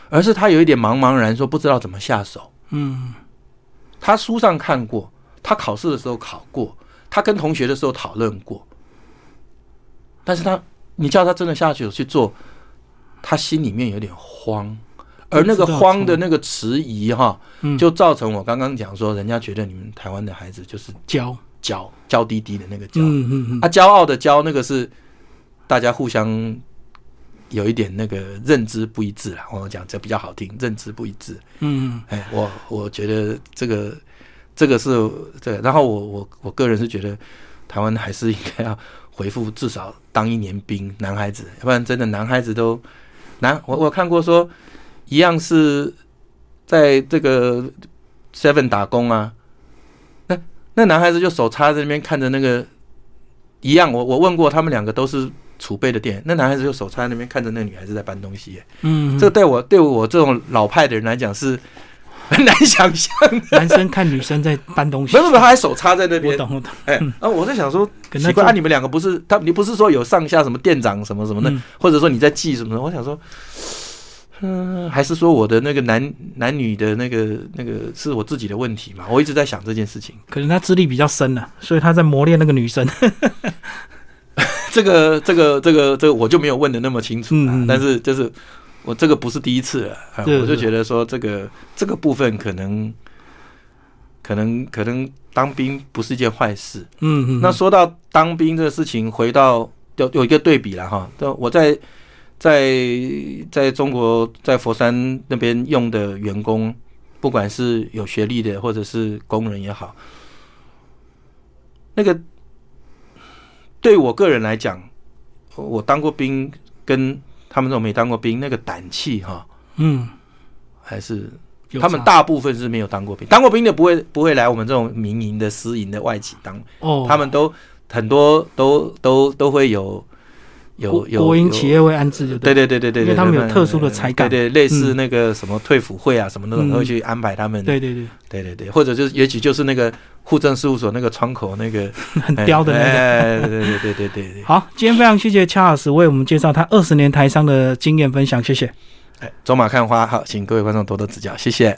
B: 而是他有一点茫茫然，说不知道怎么下手。
A: 嗯
B: 他书上看过，他考试的时候考过，他跟同学的时候讨论过，但是他你叫他真的下去去做，他心里面有点慌，而那个慌的那个迟疑哈，
A: 嗯，
B: 就造成我刚刚讲说，人家觉得你们台湾的孩子就是
A: 教。
B: 娇娇滴滴的那个娇。
A: 嗯嗯嗯
B: 啊，骄傲的骄那个是大家互相有一点那个认知不一致啦。我讲这比较好听，认知不一致。
A: 嗯
B: 哎，我我觉得这个这个是这个，然后我我我个人是觉得台湾还是应该要回复至少当一年兵，男孩子，要不然真的男孩子都男我我看过说一样是在这个 Seven 打工啊，那那男孩子就手插在那边看着那个一样，我我问过他们两个都是储备的店，那男孩子就手插在那边看着那个女孩子在搬东西耶、
A: 嗯，
B: 这对我对我这种老派的人来讲是 很难想象。
A: 男生看女生在搬东西，
B: 没有没有，他还手插在那
A: 我
B: 边。
A: 懂我懂，
B: 哎，啊，我在想说，
A: 跟他
B: 奇
A: 做
B: 怪，啊，你们两个不是他，你不是说有上下什么店长什么什么的，
A: 嗯
B: 或者说你在记什么的？我想说，嗯、还是说我的那个男男女的那个那个是我自己的问题嘛？我一直在想这件事情。
A: 可能他资历比较深了，所以他在磨练那个女生。
B: 这个这个这个这个我就没有问的那么清楚啦，
A: 嗯嗯嗯
B: 但是就是我这个不是第一次了，啊
A: 对
B: 我就
A: 对
B: 觉得说这个这个部分可能可能可能当兵不是一件坏事。
A: 嗯嗯，
B: 那说到当兵这个事情，回到有有一个对比了哈，就我在在在中国在佛山那边用的员工，不管是有学历的或者是工人也好，那个对我个人来讲，我我当过兵，跟他们这种没当过兵，那个胆气哈，
A: 嗯，
B: 还是
A: 有
B: 他们
A: 差
B: 大部分是没有当过兵，当过兵的不会不会来我们这种民营的私营的外企当。
A: 哦，
B: 他们都很多都都都会有有
A: 国
B: 有
A: 国营企，业会安置就
B: 有对
A: 对，
B: 对对对对，
A: 因为他们有
B: 对
A: 特殊的才干
B: 对对，类似那个什么退辅会啊什么那种，
A: 嗯
B: 都会去安排他们，
A: 对对对
B: 对对对，或者就是也许就是那个户政事务所那个窗口那个
A: 对，很刁的那种。
B: 哎，对对对对对对对，
A: 好，今天非常谢谢乔老师为我们介绍他二十年台商的经验分享，谢谢。
B: 哎，走马看花，好，请各位观众多多指教，谢谢。